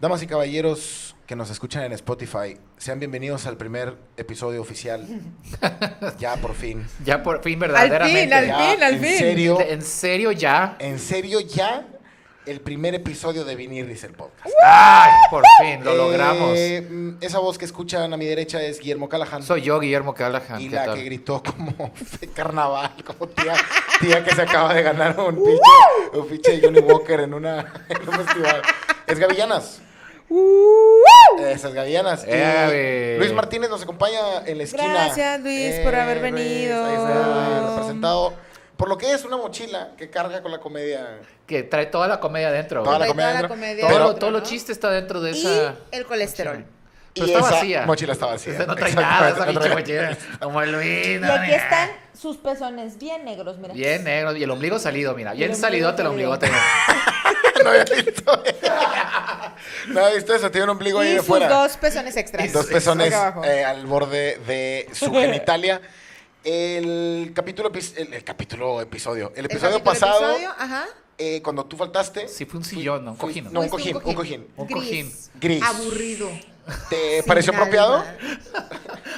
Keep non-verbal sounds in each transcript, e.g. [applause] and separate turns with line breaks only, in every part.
Damas y caballeros que nos escuchan en Spotify, sean bienvenidos al primer episodio
[laughs]
oficial. ya por fin.
Ya por fin, verdaderamente.
Al fin,
Ya,
al
en
fin.
serio,
¿En serio ya?
en serio ya el primer episodio de Vinir dice el podcast.
¡Ay, por fin! Lo logramos.
Eh, mm, esa voz que escuchan a mi derecha es Guillermo Callahan.
Soy yo, Guillermo Callahan.
y
¿qué
la
tal?
que gritó como [laughs] de carnaval, como tía, tía que se acaba de ganar
[laughs]
un pinche, un pinche Johnny Walker en, una, [laughs] en un festival. Es Gavillanas. Esas Gavillanas. Y
Eh,
Luis Martínez nos acompaña en la esquina. Eh,
Gracias, Luis, por haber venido.
Ahí está, representado por lo que es una mochila que carga con la comedia.
Que trae toda la comedia adentro.
Toda la comedia.
Trae Pues, toda la
dentro.
comedia
Todo,
Pero-
adentro.
todo lo
¿no?
chiste está dentro de
Y
esa...
el colesterol.
Pero
y
está
esa
vacía.
mochila está vacía.
No trae nada esa
Exactamente,
pinche
no trae-
mochila. Como el Luis.
Y
no,
aquí
mira.
están sus pezones bien negros, mira.
Bien negro. Y el ombligo salido, mira.
Y
Bien
el
salidote el
ombligo
ombligote.
[laughs] no había visto eso. [laughs] No había visto eso. Tiene un ombligo ahí
Y
de
sus
fuera.
dos pezones extras.
dos pezones
Acá abajo.
eh, al borde de
[laughs]
su genitalia. El capítulo, epi- el, el capítulo episodio. El
El
episodio
capítulo
pasado,
episodio, ajá.
eh, cuando tú faltaste,
Sí, fue un sillón, ¿no? Un
fui-
cojín.
No, un
Fuiste
cojín, un cojín.
Un
Gris.
cojín.
Gris.
Aburrido.
¿te
Sin
pareció apropiado?
alma.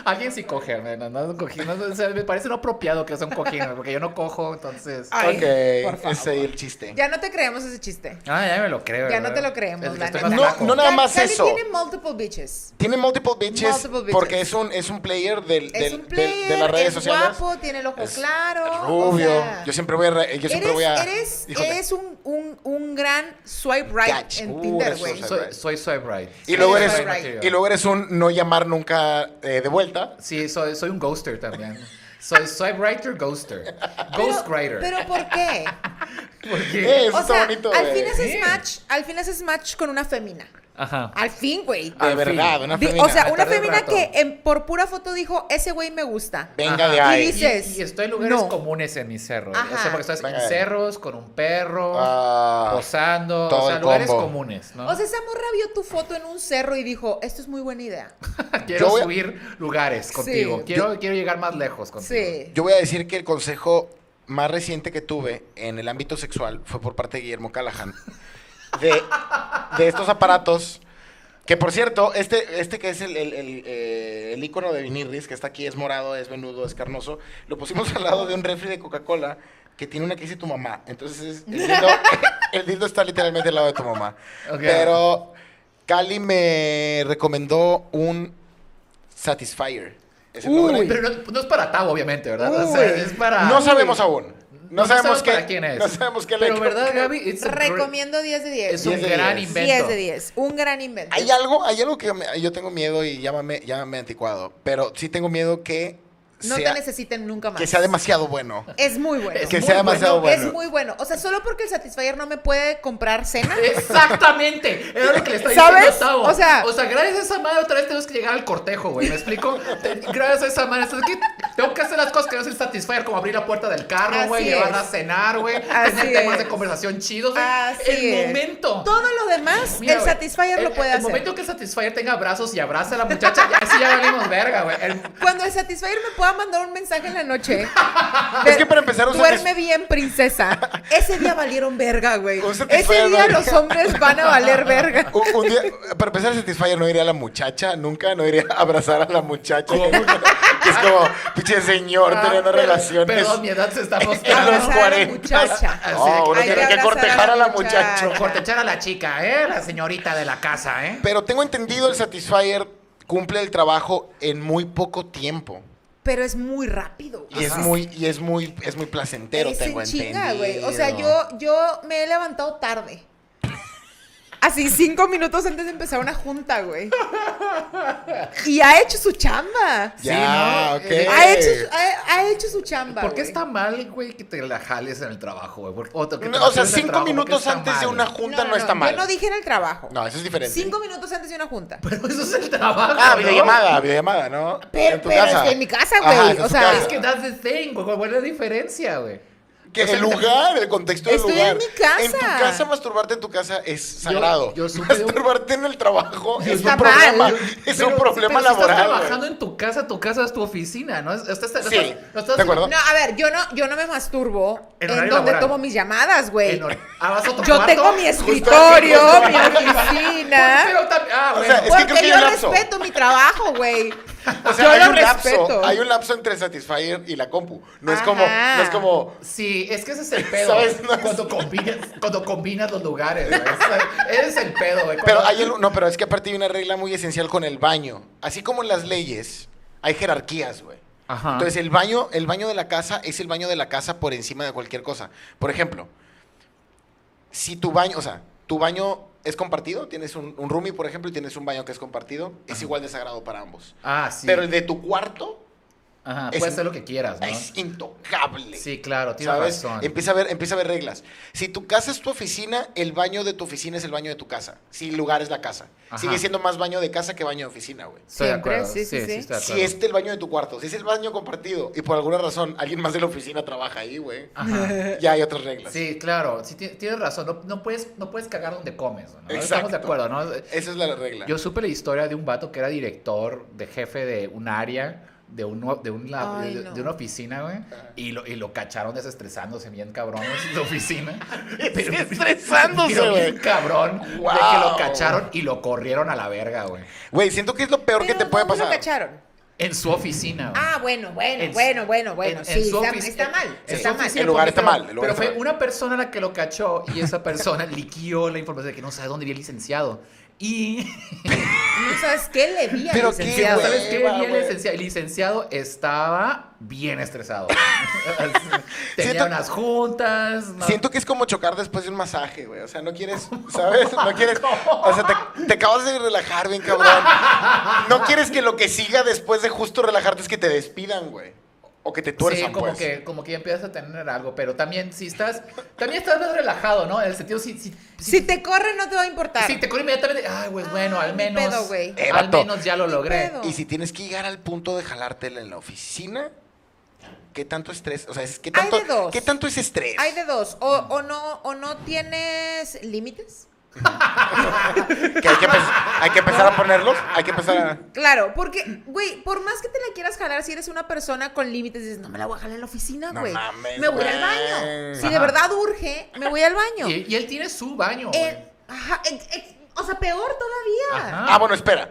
Alguien sí coge, no, no, no, cogí, no, o sea, me parece no apropiado que sea un cojín, porque yo no cojo, entonces... Ah,
Ay,
ok,
por favor.
ese es el chiste.
Ya no te creemos ese chiste.
Ah, ya me lo creo.
Ya no
¿verdad?
te lo creemos,
Es que
la
estoy
neta.
más flaco.
No nada más
Cali
eso.
tiene multiple bitches.
Tiene multiple bitches,
Multiple bitches.
porque es un, es un player del,
Es
del-
un
del-
player,
de las redes
es
sociales.
guapo, tiene el ojo
Es
claro. o
Rubio.
sea,
yo siempre voy a. re- Yo siempre
eres,
voy a
eres,
híjole.
eres un, un, un gran swipe right
Catch.
en
Uh,
Tinder,
eres
güey.
un-
Soy, soy Swipe Right.
y, luego
Sí,
eres,
soy right.
y luego eres un no llamar nunca eh, de vuelta.
Sí, soy, soy un ghoster también. Soy Swipe Writer Ghoster. Ghostwriter.
Pero, pero ¿por qué?
¿Por
Eh, [laughs]
qué?
Eso
o
está
sea,
bonito,
al
güey.
fin haces
Sí.
match, al fin haces match con una femina.
Ajá.
Al fin, güey.
De
Al fin.
verdad, Ah, una
Di-
femina.
O sea,
me
una
tardé un
femina
rato.
que en- por pura foto dijo, ese güey me gusta.
Venga
Ajá.
de
Y
ahí.
dice- dices,
Y, y estoy en lugares
no.
comunes en mi cerro.
Ajá.
O sea, porque estás
Venga.
en cerros, con un perro,
Ah,
Pues posando.
todo
O sea,
el
lugares
combo.
comunes, ¿no?
O sea, esa morra vio tu foto en un cerro y dijo, esto es muy buena idea.
[laughs] quiero
yo voy a-
subir lugares contigo. Quiero, quiero llegar más lejos contigo.
Sí.
Yo voy a decir que el consejo más reciente que tuve en el ámbito sexual fue por parte de Guillermo Callahan. De, de estos aparatos. Que por cierto, este, este que es el, el, el, eh, el icono de Vinirris, que está aquí, es morado, es venudo, es carnoso, lo pusimos al lado de un refri de Coca-Cola que tiene una que dice tu mamá. Entonces, el dildo, el dildo está literalmente al lado de tu mamá.
Ok.
Pero Cali me recomendó un Satisfier. ¿Es el nombre?
Pero no, no es para Tavo, obviamente, ¿verdad? O sea,
Uy,
es para.
No sabemos aún. No, sabemos qué.
para quién es.
No sabemos qué le-
Pero, ¿verdad, Gaby? It's a great-
Recomiendo 10 de 10.
Es
10
un
de
gran
10.
invento.
10 de 10. Un gran invento.
Hay algo, hay algo que me- yo tengo miedo y llámame, llámame anticuado, pero sí tengo miedo que
no
sea,
te necesiten nunca más.
que sea demasiado bueno.
Es muy bueno.
que
Muy
sea demasiado bueno.
Es muy bueno. O sea, solo porque el Satisfyer no me puede comprar cena.
Exactamente. Era lo que le está diciendo
¿Sabes?
a Tavo.
O sea-
o sea, gracias a esa madre otra vez tenemos que llegar al cortejo, güey. ¿Me explico? Te- gracias a esa madre. es que tengo que hacer las cosas que no se satisfacer, como abrir la puerta del carro,
Así
güey, llevar
es.
a cenar, güey,
Así
tener temas
es.
de conversación chidos, güey.
Así
el
es.
momento.
Todo lo demás,
Mira,
el
güey,
Satisfyer
el-
lo puede
el
hacer.
momento que el Satisfyer tenga brazos y abraza a la muchacha, ya, así ya venimos verga, güey. El-
Cuando el Satisfyer me pueda mandar un mensaje en la
[laughs]
noche.
Ah.
Es que para empezar, un
Duerme
satis-
bien, princesa. Ese día valieron verga, güey.
Un
Ese
Satisfyer
día
no-
los hombres van a valer verga.
Un, un día, para empezar, Satisfyer no iría a la muchacha, nunca, no iría a abrazar a la muchacha. Que [laughs] es como, pinche señor,
Ah,
teniendo
pero-
relaciones.
Perdón, mi edad
[laughs]
se está
en los
mostrando.
Abrazar a la
40.
muchacha.
No, uno
Hay que
tiene que
abrazar a
cortejar
la
a la
muchacha.
muchacha.
Cortechar a la chica, ¿eh? La señorita de la casa, ¿eh?
Pero tengo entendido, el Satisfyer cumple el trabajo en muy poco tiempo.
Pero es muy rápido.
Y es muy, y es muy, es muy placentero,
Es en
tengo
chinga,
entendido.
güey. O sea, yo, yo me he levantado tarde. Así cinco minutos antes de empezar una junta, güey. Y ha hecho su chamba.
Ya,
Sí, ¿no? Eh,
ok.
Ha hecho, su- ha, ha hecho su chamba.
¿Por qué
güey.
está mal, güey, que te la jales en el trabajo, güey? Por- O, te- que
No,
te
o sea,
vacíes del
cinco
trabajo, ¿por qué
minutos
está
antes de
mal? [laughs]
una junta no, está mal.
Yo no dije en el trabajo.
No, Pues, eso es diferente.
Cinco minutos antes de una junta.
Pero eso es el trabajo.
Ah,
¿no?
videollamada, videollamada, ¿no?
Pero- pero es en mi casa, güey,
Ajá, es en
o
su
sea-
casa.
Es que that's the thing, güey. ¿Cuál es la diferencia, güey?
Que el lugar, el contexto del
Estoy en
lugar.
mi casa.
En tu casa, masturbarte en tu casa es sagrado.
yo supe de un-
masturbarte en el trabajo es
Está
un problema.
mal.
Es
Pero-
un problema
pero
laboral.
si Estás
güey.
trabajando en tu casa, tu casa es tu oficina, ¿no? Es- estás- estás-
Sí,
no estás-
de acuerdo.
No, a ver, yo no, yo no me masturbo
En
en,
horario
donde
laboral.
tomo mis llamadas, güey.
en or- ah, vas a otro
Yo
cuarto.
tengo mi
Justo-
escritorio,
justo-
mi oficina.
Pero también- ah,
O
bueno.
sea, es que creo que
Porque
hay un
yo
lapso.
respeto mi trabajo, güey.
O sea, hay
yo lo
un lapso.
respeto.
Hay un lapso entre Satisfyer y la compu. No es
Ajá.
como, no es como.
Sí, es que ese es el pedo.
¿Sabes? No,
cuando, combinas, cuando combinas los lugares, güey. O sea, Ese es el pedo, güey.
Pero
Cuando-
hay el- no, pero es que aparte hay una regla muy esencial con el baño. Así como en las leyes, hay jerarquías, güey.
Ajá.
Entonces el baño, el baño de la casa es el baño de la casa por encima de cualquier cosa. Por ejemplo, si tu baño, o sea, tu baño es compartido, tienes un, un roomie, por ejemplo, y tienes un baño que es compartido, es igual de sagrado para ambos.
ah, sí.
Pero el de tu cuarto
Ajá,
es-
puedes hacer lo que quieras, ¿no?
es intocable.
Sí, claro, tienes
¿Sabes?
razón.
Empieza a, ver, empieza a ver reglas. Si tu casa es tu oficina, el baño de tu oficina es el baño de tu casa. Si el lugar es la casa.
Ajá.
Sigue siendo más baño de casa que baño de oficina, güey.
Estoy de
Siempre,
acuerdo.
sí, sí, sí.
estoy de
Si
acuerdo.
este el baño de tu cuarto, si es el baño compartido y por alguna razón alguien más de la oficina trabaja ahí, güey, [laughs]
Ajá.
ya hay otras reglas.
Sí, claro, sí, ti- tienes razón. No, no puedes, no puedes cagar donde comes, ¿no? Estamos
Exacto.
de acuerdo, ¿no?
Esa es la regla.
Yo supe la historia de un vato que era director, de jefe de un área, de, un, de, un lab-
Ay,
de,
no.
de una oficina, güey. Y lo, y lo cacharon desestresándose bien cabrón en su oficina.
[laughs] Estresándose,
Pero bien
güey.
cabrón
Wow.
de que lo cacharon y lo corrieron a la verga, güey.
Güey, siento que es lo peor que
Pero
te puede
¿dónde lo
pasar.
cacharon?
En su oficina, güey.
Ah, bueno, bueno,
En-
bueno, bueno, bueno.
en-
sí,
en su
está,
ofici-
está mal.
en su
Está mal.
oficina,
El lugar
porque-
está mal, el lugar
pero
está
fue
mal.
una persona la que lo cachó y esa persona [laughs] liquió la información de que no sabe dónde había licenciado. Y
No sabes qué le vi al
Pero qué,
Ya
licenciado.
güey.
[laughs] sabes qué,
va,
Bien
güey.
licenciado. El licenciado estaba
[laughs]
bien estresado. Tenía
Siento-
unas juntas. no-
Siento que es como chocar después de un masaje, güey. O sea, no quieres, ¿sabes? No quieres. O sea, te, te acabas de relajar bien, cabrón. No quieres que lo que siga después de justo relajarte es que te despidan, güey. O que te tuerzan,
Sí, como
pues.
que, como que ya empiezas a tener algo, pero también si estás, también estás más relajado, ¿no? En el sentido, si, si,
Si te corre, no te va a importar.
si te corre inmediatamente, ay, güey, bueno,
Ay,
al
ni
menos,
pedo, güey.
Eh,
al
vato.
menos ya lo
Ni
logré.
pedo.
Y si tienes que llegar al punto de jalártela en la oficina, ¿qué tanto estrés? O sea, es- ¿qué
Hay
tanto,
de dos.
¿qué tanto es estrés?
Hay de dos. O, o no, o no tienes límites.
Que
[laughs]
hay, que empe- hay que empezar a ponerlos. Hay que empezar a.
Claro, porque, güey, por más que te la quieras jalar, si eres una persona con límites, dices, no me la voy a jalar en la oficina,
No
güey.
mames,
me voy
güey.
al baño. Si
Ajá.
de verdad urge, me voy al baño.
[laughs] Y, y él tiene su baño, güey.
Eh, ajá, ex- ex- o sea, peor todavía.
Ajá.
Ah, bueno, espera.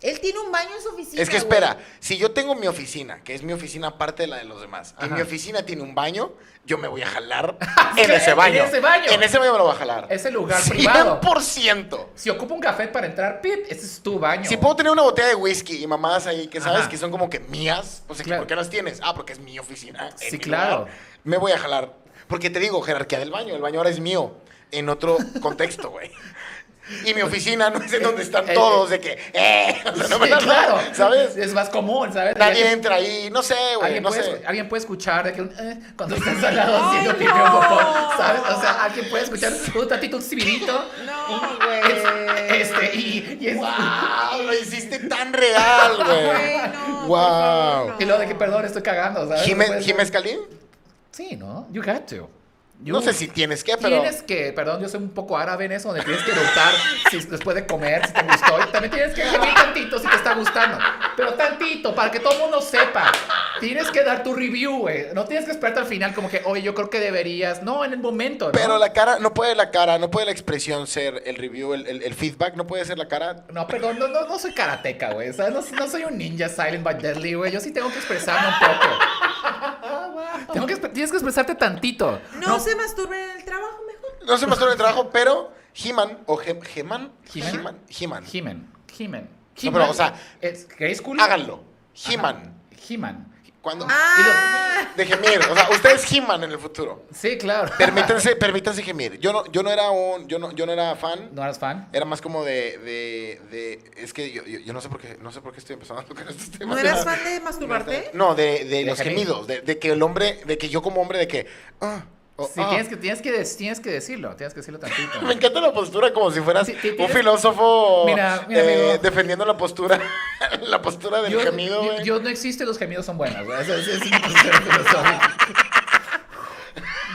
Él tiene un baño en su oficina.
es que
güey.
espera, si yo tengo mi oficina, que es mi oficina aparte de la de los demás, y
Ajá.
mi oficina tiene un baño, yo me voy a
[laughs]
jalar
Sí,
en ese
en
baño.
ese baño.
En ese baño me lo voy a jalar.
Es el lugar privado.
100%.
Si ocupa un café para entrar, pip, ese es tu baño.
Si puedo tener una botella de whisky y mamadas ahí que sabes
Ajá.
que son como que mías, pues
Claro.
¿por qué las tienes? Ah, porque es mi oficina. en
Sí,
mi
claro.
lugar. Me voy a jalar. Porque te digo, jerarquía del baño. El baño ahora es mío. En
[laughs]
otro contexto, güey. Y mi oficina no es en donde están
Eh, eh.
todos, de que, ¡eh! O sea, no me
Sí,
la-
claro,
¿Sabes?
Es más común, ¿sabes?
Nadie entra ahí, no sé, güey,
Alguien,
no
puede,
sé.
alguien puede escuchar de que un, eh, cuando estás al lado haciendo
no!
pipí un popó, ¿sabes? O sea, alguien puede escuchar un tantito un silbidito.
No, güey.
Este, y, y es.
¡Wow! Lo hiciste tan real, güey.
Güey, no, por
¡Wow!
favor, no.
Y luego de que, perdón, estoy cagando, ¿sabes?
Jime-
Pues,
¿Jiménez Calín?
Sí, ¿no? You got to. You-
No sé si tienes que, pero.
Tienes que, perdón, yo soy un poco árabe en eso, donde tienes que gustar [laughs] si después de comer, si te gustó. Y también tienes que darle tantito si te está gustando. Pero tantito, para que todo el mundo sepa. Tienes que dar tu review, güey. No tienes que esperarte al final como que, oye, yo creo que deberías. No, en el momento, ¿no?
Pero la cara, no puede la cara, no puede la expresión ser el review, el, el- el feedback, no puede ser la cara.
No, perdón, no, no, no soy karateca, güey. O sea, no, no soy un ninja silent but deadly, güey. Yo sí tengo que expresarme un poco.
[laughs]
Tengo que, expre- tienes que expresarte tantito.
No, se masturben en el trabajo mejor.
No se me en el trabajo, pero He-Man o He- He-Man.
¿He-Man?
He-Man. He-Man.
He-Man. He-Man.
No, pero, o sea,
es Grey School.
Háganlo. He-Man.
He-Man.
Cuando.
Ah,
De gemir. O sea, usted es He-Man en el futuro.
Sí, claro.
Permítanse, permítanse gemir. Yo no, yo no era un. Yo no, yo no era fan.
[laughs] ¿No eras fan?
Era más como de, de, de- es que yo, yo- yo no sé por qué, no sé por qué estoy empezando [laughs] a tocar estos temas.
¿no eras fan de masturbarte?
No, de, de los
gemir.
gemidos, de, de que el hombre, de que yo como hombre, de que, ah, o,
Sí,
ah.
tienes, que, tienes, que de- tienes que decirlo. Tienes que decirlo
[laughs]
tantito.
Me encanta la postura como si fueras
Sí, sí,
un
tienes-
filósofo
Mira, mira,
eh,
amigo.
defendiendo la postura, [laughs] la postura del
Dios,
gemido,
Di-
güey. [laughs]
Dios no existe, los gemidos son buenos, güey. Eso es, es una posición filosófica.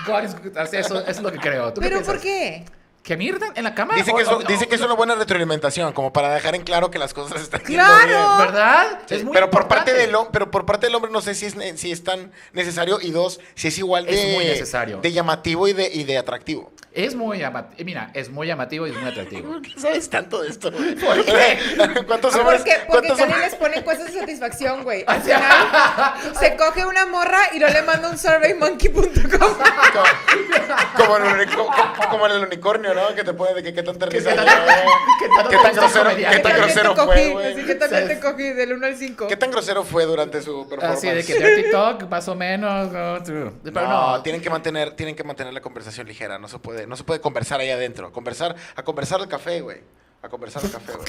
God is good. Así, Eso, eso es lo que creo. ¿Tú qué
¿Pero
piensas?
por qué?
¿Que mierdan en la cámara?
Dice que,
O-
eso-
o-
dice que es una buena retroalimentación, como para dejar en claro que las cosas están yendo
¡Claro!
bien.
¿Verdad?
Sí,
Es muy
pero por parte
importante.
del hom- pero por parte del hombre no sé si es ne- si es tan necesario y dos si es igual de
Es muy necesario.
de llamativo y de y de atractivo.
Es muy llamativo. Mira, es muy llamativo y es muy atractivo.
qué sabes tanto de esto?
¿Por qué?
¿Cuántos
Ah,
hombres?
porque porque
cuántos
Karen
hombres-
les pone encuestas de satisfacción, güey. Al final se coge una morra y no le manda
[laughs]
un surveymonkey.com.
Como, como en el unico- como en el unicornio, ¿no? Que te pone de que qué tan
¿Qué
terrible.
tal- qué
[laughs]
tal-
¿Qué tan
este
grosero?
comediante?
¿Qué tan grosero?
te
fue,
cogí?
güey.
Así que también
¿Sabes?
te cogí del 1 al 5.
¿Qué tan grosero fue durante su performance?
Así de que Dirty Talk, más o menos. no, tú. Pero
no,
no.
tienen que mantener, tienen que mantener la conversación ligera, no se puede, no se puede conversar ahí adentro, conversar, a conversar al café, güey. A conversar al café, güey.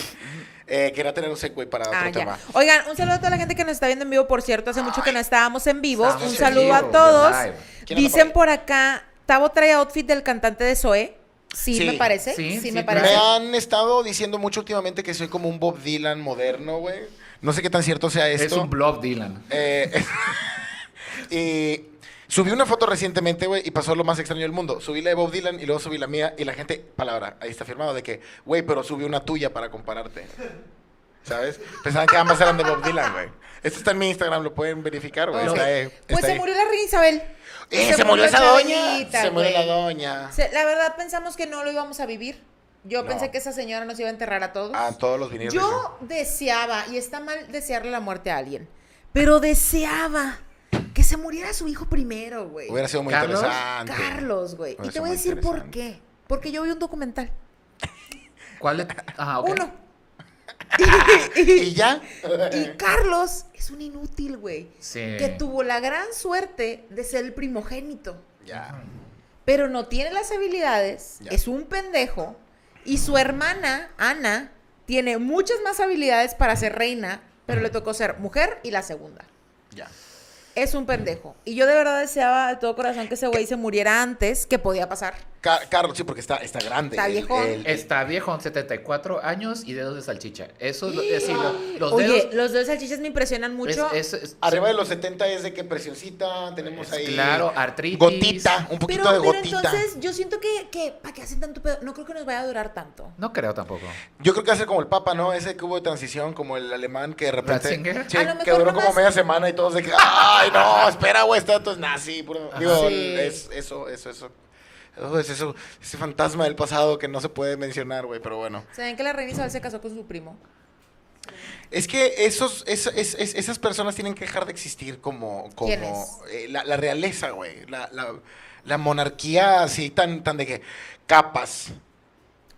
Eh, quería tener un segue para otro
Ah, ya.
tema.
Oigan, un saludo a toda la gente que nos está viendo en vivo. Por cierto, hace mucho que no estábamos en vivo.
Estamos
un
en
saludo
vivo,
a todos.
live.
¿Quién anda
Dicen
por
por acá, Tavo trae outfit del cantante de Zoé. Sí,
Sí.
me parece.
Sí,
Sí,
sí,
me
Me
parece.
han estado diciendo mucho últimamente que soy como un Bob Dylan moderno, güey. No sé qué tan cierto sea esto.
Es un blog, Dylan.
Eh, [laughs] y subí una foto recientemente, güey, y pasó lo más extraño del mundo. Subí la de Bob Dylan y luego subí la mía y la gente, palabra, ahí está firmado de que, güey, pero subí una tuya para compararte. ¿Sabes? Pensaban que ambas eran de Bob Dylan, güey. Esto está en mi Instagram, lo pueden verificar, güey.
Ok.
Está ahí,
Pues
está
se
ahí.
murió la reina Isabel.
¡Eh, se, murió esa doña!
chavita,
Se murió la
güey.
doña.
Se- la verdad pensamos que no lo íbamos a vivir. Yo
No.
pensé que esa señora nos iba a enterrar a todos.
Ah, todos los vinieron.
Yo deseaba, y está mal desearle la muerte a alguien, pero deseaba que se muriera su hijo primero, güey.
Hubiera sido muy
Carlos,
interesante.
Carlos, güey.
Hubiera
Y te
sido
voy a
muy
decir por
interesante.
qué. Porque yo vi un documental.
¿Cuál es? Ajá, ok.
Uno.
Y ya.
Y Carlos es un inútil, güey.
Sí.
Que tuvo la gran suerte de ser el primogénito.
Ya.
Pero no tiene las habilidades,
Ya.
es un pendejo. Y su hermana, Ana, tiene muchas más habilidades para ser reina, pero le tocó ser mujer y la segunda.
Ya.
Es un pendejo. Y yo de verdad deseaba de todo corazón que ese güey se muriera antes, que podía pasar.
Ca- Carlos, sí, porque está, está grande.
Está
El-
viejón.
el-
Está viejo, 74 años y dedos de salchicha. Eso es lo- es decir,
[gasps]
lo- los
Oye,
dedos.
los dedos salchichas me impresionan mucho.
es- es- es-
Arriba de los 70 es de que presioncita, tenemos
Es
ahí.
claro, artritis.
Gotita, un poquito
pero,
de
pero
gotita.
entonces yo siento que, que ¿para qué hacen tanto pedo? No creo que nos vaya a durar tanto.
No creo tampoco.
Yo creo que hace como el Papa, ¿no? Ese que hubo de transición, como el alemán que de repente.
¿Ratzinger?
Sí,
A lo
que
mejor
duró
nomás-
como media semana y todos de que. ¡Ay, no! Espera, güey, está todo es nazi. puro- Digo,
Sí.
es, eso, eso, eso. Eso es eso, ese fantasma del pasado que no se puede mencionar, güey, pero bueno.
¿Saben que la reina Isabel se casó con su primo?
Es que esos, eso- es- es- esas personas tienen que dejar de existir como, como
¿Quién es?
eh, la, la realeza, güey. La, la- la monarquía así tan, tan de que capas,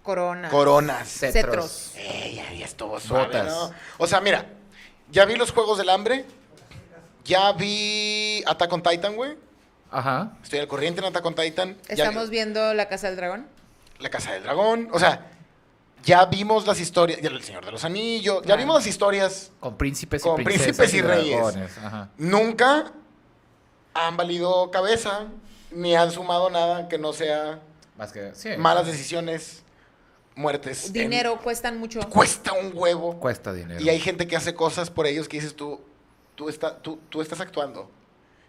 Corona.
coronas.
Cetros.
Cetros.
Ey, ahí estuvo suave,
Botas.
¿no? O sea, mira, ya vi los Juegos del Hambre, ya vi Attack on Titan, güey.
Ajá.
Estoy al corriente en Attack on Titan. ya vi
Estamos viendo La Casa del Dragón.
La Casa del Dragón, o sea, ya vimos las historias, ya El Señor de los Anillos, ya
Claro.
vimos las historias.
Con príncipes y
Con
princesas
príncipes y reyes.
dragones, Ajá.
Nunca han valido cabeza, ni han sumado nada que no sea
Más que. Sí.
malas decisiones, muertes. en-
Dinero cuestan mucho.
Cuesta un huevo.
Cuesta dinero.
Y hay gente que hace cosas por ellos que dices tú, tú, está, tú, tú estás actuando.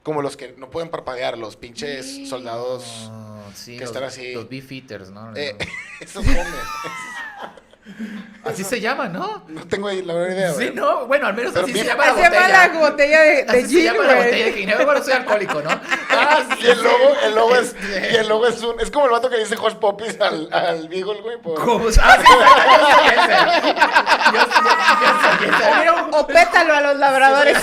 Como los que no pueden parpadear, los pinches soldados.
Oh, sí,
que
los,
están así.
Los beefeaters, ¿no?
Eh, [laughs] esos hombres.
[laughs] Así se llama, ¿no?
No tengo ahí la menor idea.
Sí,
güey.
no. Bueno, al menos
Pero
así
beef-
se llama la
Así se llama
botella.
la botella de, de
Así se
gin,
llama la
güey.
botella de ginebra. Bueno, soy
[laughs]
alcohólico, ¿no? Ah,
Y el logo, el logo es,
Este.
y el logo es un, es como el vato que le dice Josh Poppies al, al Beagle, güey. por-
¿Cómo? Ah, sí, exacto, yo soy ese. Yo soy- yo soy ese.
Mira, O pétalo a los labradores.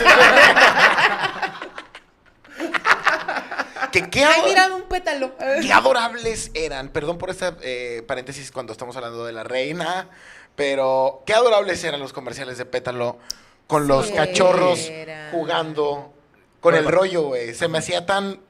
que qué
Ay,
hago-
mira, un pétalo.
qué adorables eran. Perdón por este eh, paréntesis cuando estamos hablando de la reina, pero qué adorables eran los comerciales de Pétalo con los
Sí
cachorros
eran.
jugando con el rollo, güey. Se me hacía tan,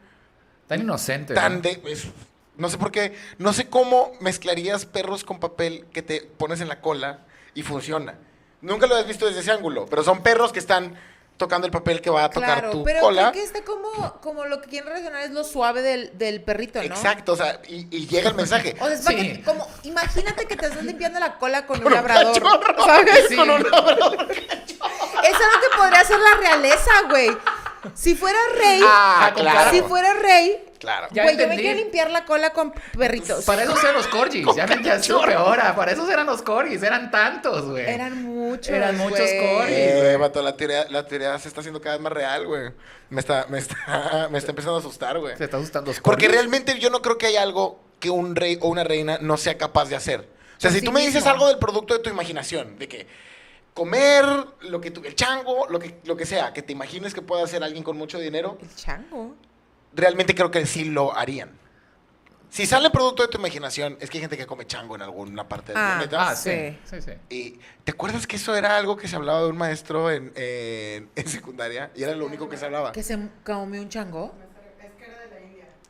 Tan inocente. ¿no?
tan de... es- no sé por qué, no sé cómo mezclarías perros con papel que te pones en la cola y funciona. Nunca lo has visto desde ese ángulo, pero son perros que están tocando el papel que va a tocar
Claro,
tu
pero
cola.
creo que está como, como lo que quieren relacionar es lo suave del, del perrito, ¿no?
Exacto, o sea, y, y llega el
[laughs]
mensaje.
O sea, es para
Sí.
que- como, imagínate que te estás limpiando la cola con un
Con un
labrador.
cachorro.
¿Sabes?
Sí.
Con un labrador. [laughs] Eso es lo que podría hacer la realeza, güey. Si fuera rey,
Ah,
claro.
si fuera rey,
Claro.
Ya
Güey, yo
entendí.
me
Pues,
quiero limpiar la cola con perritos.
Para eso eran los corgis, ya me ya supe ahora. Para esos eran los corgis, eran tantos, güey.
Eran muchos.
eh, Eran muchos
güey.
coris.
Eh, vato, la teoría, la teoría se está haciendo cada vez más real, güey. Me está, me está, [laughs] me está empezando a asustar, güey.
Se está asustando los
Porque
corgis.
realmente yo no creo que haya algo que un rey o una reina no sea capaz de hacer. O sea,
Por
si
Pues sí
tú me dices
mismo.
algo del producto de tu imaginación, de que comer, lo que tu, el chango, lo que, lo que sea, que te imagines que pueda hacer alguien con mucho dinero,
El chango.
realmente creo que sí lo harían. Si sale producto de tu imaginación, es que hay gente que come chango en alguna parte del
Ah,
planeta.
Ah, sí. Sí, sí.
Y ¿te acuerdas que eso era algo que se hablaba de un maestro en, en- [laughs] en secundaria? Y era lo único que se hablaba.
¿Que se comió un chango?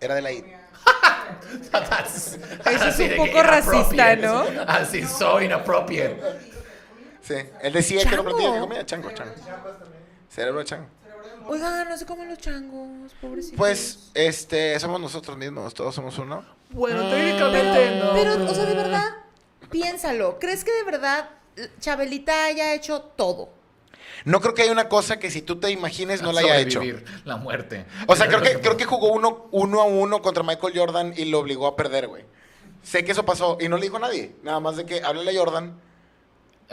Era de la India.
Eso es
[laughs] Así
un
de
poco
que
racista,
inappropriate. Así, soy inappropriate.
Sí, él decía que era
Chango.
platillo que comía chango, chango. Cerebro de chango.
Oigan, no se comen los changos, pobrecitos.
Pues, este, somos nosotros mismos, todos somos uno.
Bueno,
eh,
técnicamente no.
Pero, o sea, de verdad, piénsalo. ¿Crees que de verdad Chabelita haya hecho todo?
No creo que haya una cosa que si tú te imagines no la haya hecho.
Sobrevivir la muerte.
O sea, creo que, creo que jugó uno, uno a uno contra Michael Jordan y lo obligó a perder, güey. Sé que eso pasó y no le dijo a nadie. Nada más de que háblele a Jordan.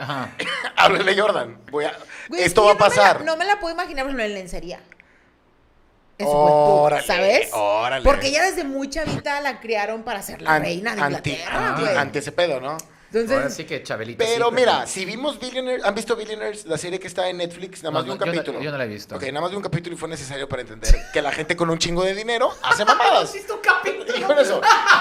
[laughs]
Ajá.
háblele a Jordan. Voy a-
Güey, es
Esto
que
va
yo
a pasar.
No me la, no me la puedo imaginar, por ejemplo, en lencería. Eso
Órale,
fue, ¿sabes?
órale.
Porque ella desde muy chavita la criaron para ser la
An-
reina de
anti- ah,
Inglaterra,
anti-
güey.
anti ese pedo, ¿no?
Entonces,
Ahora sí que Chabelita. sí,
Pero mira, si vimos Billionaires, ¿han visto Billionaires? La serie que está en Netflix, nada
No,
más vi
no,
un
yo no-
capítulo.
yo no la he visto.
Ok, nada más vi un capítulo y fue necesario para entender que la gente con un chingo de dinero hace
[laughs]
mamadas.
¿Has visto un capítulo?
Y con eso,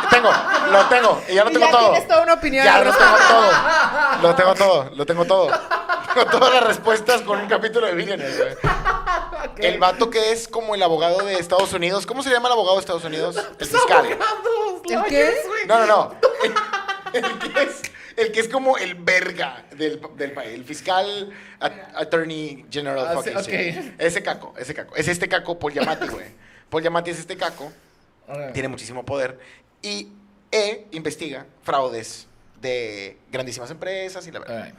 tengo, lo tengo, y ya lo
Y
tengo
ya
todo.
tienes toda una opinión
Ya
al
lo tengo todo. Lo tengo todo, lo tengo todo. Tengo todas las respuestas con un capítulo de Billionaires,
[laughs]
güey. El vato que es como el abogado de Estados Unidos. ¿Cómo se llama el abogado de Estados Unidos? El fiscal.
¿el qué?
No, no, no. El, el que, es, el que es como el verga del, del país. El fiscal at- attorney general
Ah, sí,
fucking shit.
ok.
Ese caco, ese caco. Es este caco, Paul Yamati, güey. Paul Yamati es este caco. Tiene muchísimo poder. Y E investiga fraudes de grandísimas empresas y la verdad.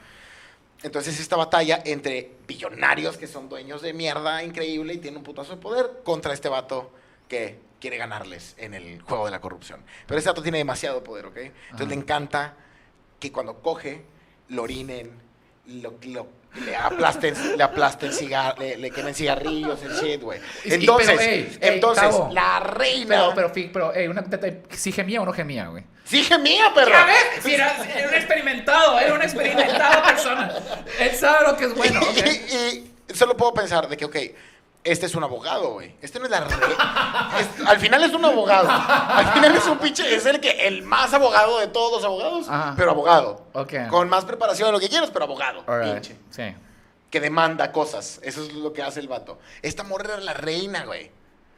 Entonces esta batalla entre billonarios que son dueños de mierda increíble y tienen un putazo de poder contra este vato que quiere ganarles en el juego de la corrupción. Pero este vato tiene demasiado poder, ¿ok? Entonces
Ajá.
le encanta que cuando coge, lo orinen, lo, lo- le aplasten,
[laughs]
le aplasten cigar, le, le quemen cigarrillos, el shit, güey.
Y- y-
Entonces,
pero, ey, ey,
entonces,
Tavo.
la reina...
Pero, pero, fi- pero, ey, una, ¿sí gemía o no gemía, güey?
¡Sí, hija mía, perro!
A ver, si era, era un experimentado, era una experimentada persona. Él sabe lo que es bueno. ok.
[laughs] Y, y solo puedo pensar de que, ok, este es un abogado, güey. Este no es la re- es- al final es un abogado. Al final es un pinche. Es el que el más abogado de todos los abogados.
Ajá.
Pero abogado.
Ok.
Con más preparación de lo que quieras, pero abogado.
Alright,
Pinche.
Sí.
Que demanda cosas. Eso es lo que hace el vato. Esta morra era la reina, güey.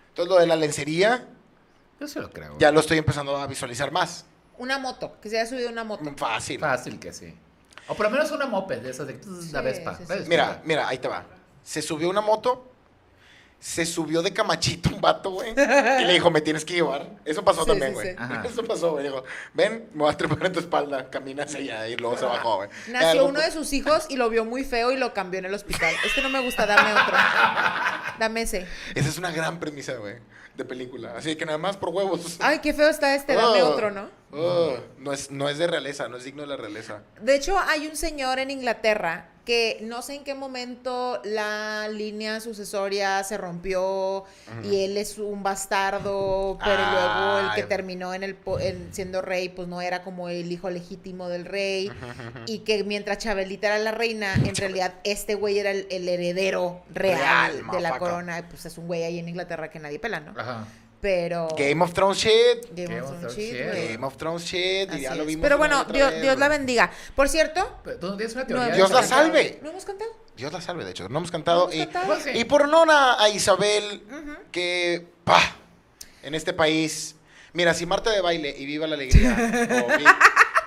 Entonces lo de la lencería,
Yo sí lo creo. güey.
ya lo estoy empezando a visualizar más.
Una moto, que se haya subido una moto.
Fácil.
Fácil que sí. O por lo menos una moped de esas de la Vespa.
sí, sí.
¿Ves?
Mira, mira, ahí te va. Se subió una moto, se subió de camachito un vato, güey. Y le dijo, me tienes que llevar. Eso pasó
Sí,
también,
sí,
güey.
sí.
Ajá.
Eso pasó, güey. Dijo, ven, me vas a trepar en tu espalda, camina hacia allá y luego se bajó, güey.
Nació
Algo-
uno de sus hijos y lo vio muy feo y lo cambió en el hospital. Este no me gusta, dame
[laughs]
otro. Dame ese.
Esa es una gran premisa, güey, de película. Así que nada más por huevos.
Ay, qué feo está este, dame
Oh,
otro, ¿no?
oh, no, es, no es de realeza, no es digno de la
[laughs]
realeza.
De hecho, hay un señor en Inglaterra que no sé en qué momento la línea sucesoria se rompió y él es un bastardo, pero luego el que
Ay.
terminó en el po- en siendo rey, pues no era como el hijo legítimo del rey. Y que mientras Chabelita era la reina, en realidad este güey era el, el heredero real,
Real,
de la
motherfucker.
corona. Y, Pues es un güey ahí en Inglaterra que nadie pela, ¿no?
Ajá.
Pero.
Game of Thrones shit.
Game
Game
of
of
Thrones
Thrones
shit,
shit.
güey.
Game of Thrones shit. y
Así
ya lo
es.
vimos
Pero
una y
bueno,
otra
Dios,
vez,
Dios la
güey.
bendiga. Por cierto,
Pero tú no tienes una
no
teoría.
hemos
de
Dios la
esa-
cantado.
salve.
No hemos cantado.
Dios la salve, de hecho. No hemos cantado.
hemos
y,
cantado.
Pues sí.
y por honor a Isabel, que, pa, en este país. Mira, si Marta de Baile y Viva la
[laughs]
Alegría o Vi-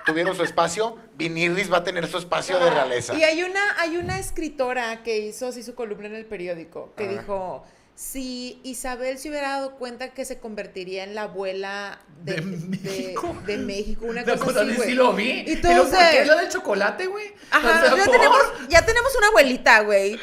tuvieron su espacio, Vinirdis va a tener su espacio de realeza.
Y hay una, hay una escritora que hizo así su columna en el periódico que
Ajá.
dijo. Si Isabel se hubiera dado cuenta que se convertiría en la abuela de,
De México.
de- de México, una
Una
cosa,
cosa
así,
así,
güey.
sí lo vi.
Y
Pero
todos
¿por qué
de-
es la del chocolate, güey?
Ajá,
O sea,
ya,
¿por?
tenemos, ya tenemos una abuelita, güey.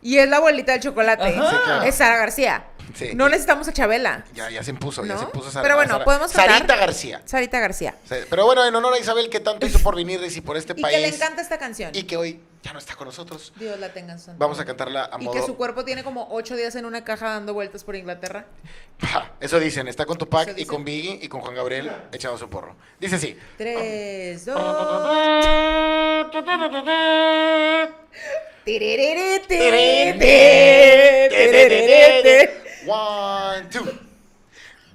Y es la abuelita del chocolate.
Ajá.
Sí, claro.
Es Sara García.
Sí.
No necesitamos a Chabela.
Ya, ya se impuso, ya
¿No?
se impuso Sara-
Pero bueno,
Sara-
podemos hablar.
Sarita García.
Sarita García.
O sea, Pero bueno, en honor a Isabel que tanto hizo por venir y por este
Y
país.
que le encanta esta canción.
Y que hoy ya no está con nosotros.
Dios la tenga en su santo
Vamos a
nombre.
cantarla a
Y
modo.
que su cuerpo tiene como ocho días en una caja dando vueltas por Inglaterra.
Pa, Eso dicen, está con Tupac
Eso
y con Biggie y con Juan Gabriel echando su porro. Dice así.
Tres, dos. Tiririrí, tiririrí, tiririrí.
One, two.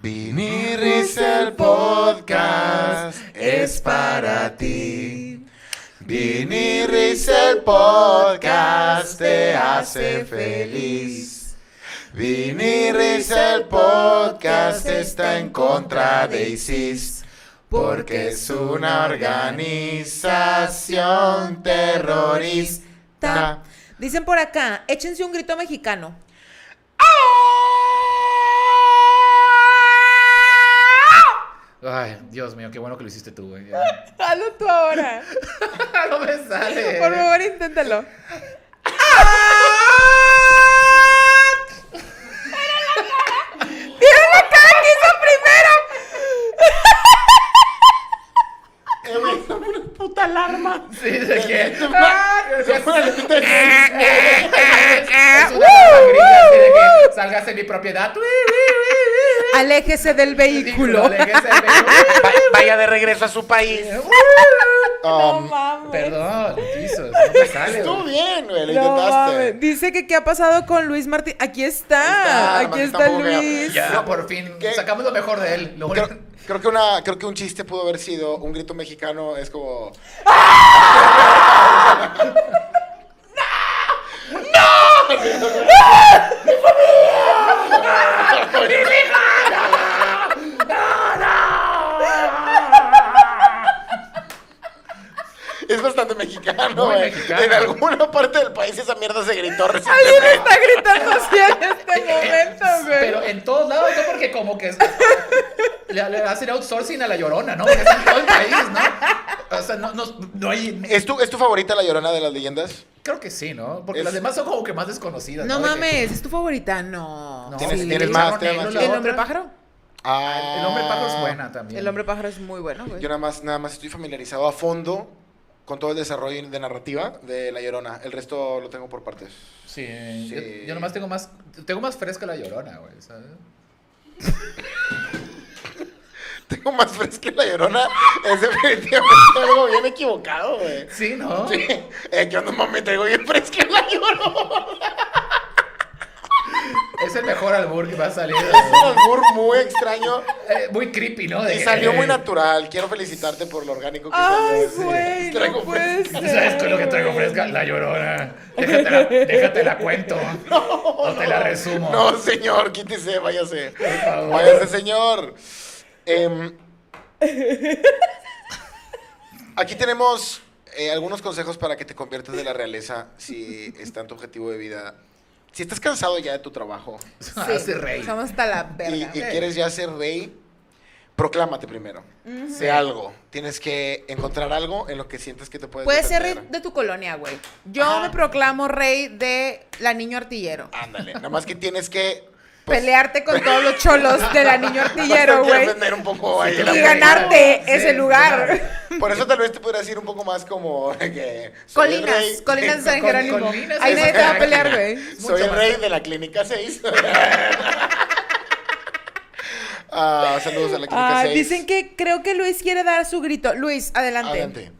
Viniris el podcast es para ti. Viniris el podcast te hace feliz. Viniris el podcast está en contra de ISIS. Porque es una organización terrorista.
Dicen por acá, échense un grito mexicano.
¡Ah!
Ay, Dios mío, qué bueno que lo hiciste tú, güey. [laughs]
Hazlo tú ahora.
no me sale.
Por favor, inténtalo.
¡Ah! Eh,
[laughs]
Sí, ¿de qué?
[laughs] Ah, Se fue la letrita de-
Es una lagrima, así de que salgas de mi propiedad. eh,
Aléjese del vehículo.
Aléjese del vehículo.
[laughs]
Va- Vaya de regreso a su país.
No
Um,
mames.
Perdón, Jesus, no me sale.
Estuvo
güey.
bien, güey, lo
No
intentaste.
mames. Dice que qué ha pasado con Luis Martín. Aquí está.
Está,
Aquí
Martín
está
tampoco veo.
Luis.
Ya, por fin,
¿Qué?
sacamos lo mejor de él. Lo
Creo,
único-
creo que una, creo que un chiste pudo haber sido un grito mexicano es como es bastante mexicano,
Muy
güey.
mexicano.
En alguna parte del país esa mierda se gritó
Alguien
recientemente.
está gritando así en este momento, güey.
Pero en todos lados, ¿no? Porque como que es- [laughs] le, le hacen outsourcing a la llorona, ¿no? Porque está en todo el país, ¿no? O sea, no, no, no hay.
¿Es tu, ¿Es tu favorita la llorona de las leyendas?
Creo que sí, ¿no? Porque
Es-
las demás son como que más desconocidas.
No
De que-
mames, ¿es tu favorita? No.
No,
Tienes-
sí,
tienes
el
más,
charro
tienes
negro,
más.
la
¿El hombre
otra.
pájaro?
Ah.
El hombre pájaro es buena también.
El hombre pájaro es muy bueno, güey.
Yo nada más, nada más estoy familiarizado a fondo con todo el desarrollo de narrativa de La Llorona. El resto lo tengo por partes. [laughs]
Sí, eh,
Sí.
Yo, yo nomás tengo más. Tengo más fresca la llorona, güey, ¿sabes?
Tengo más fresco que La Llorona. [laughs] Es definitivamente algo bien equivocado, güey.
Sí, ¿no?
Sí. Eh, ¿Qué onda, mami? Tengo bien fresca La Llorona.
Es el mejor albur que va a salir.
Es un albur muy extraño
Eh, muy creepy, ¿no?
y
De-
salió muy
[laughs]
natural. Quiero felicitarte por lo orgánico que
Ay,
salió. Sí.
güey,
Traigo
no puede
fresco.
ser.
¿Sabes con lo que traigo fresca? La llorona. Déjatela, déjatela cuento.
[laughs]
No, te la resumo.
No, señor, quítese, váyase.
favor.
Váyase, señor. Em, aquí tenemos eh, algunos consejos para que te conviertas de la realeza si está en tu objetivo de vida. Si estás cansado ya de tu trabajo
Sí,
Hace rey.
Estamos hasta la
y,
verga.
y
güey.
quieres ya ser rey, proclámate primero. Sé algo. Tienes que encontrar algo en lo que sientes que te puedes
Puedes ser rey
defender.
de tu colonia, güey. Yo
Ah.
me proclamo rey de la niño artillero.
Ándale, nada más que tienes que... pues,
Pelearte con todos los cholos de la niño
vas a
artillero,
tener que
güey.
defender un poco ahí
Sí,
la
Y
pelea.
ganarte
Sí,
ese lugar.
claro.
Por eso tal vez te podría decir un poco más como que... soy el
Colinas,
rey-
Colinas de San
Con-
Jerónimo.
Colinas de
Ahí nadie
San
te va a
Jerónimo.
pelear, güey.
mucho
Soy el
más.
rey de la clínica
[laughs]
6. Ah, saludos a la clínica
Ah,
6.
dicen que creo que Luis quiere dar su grito. Luis, adelante.
Adelante.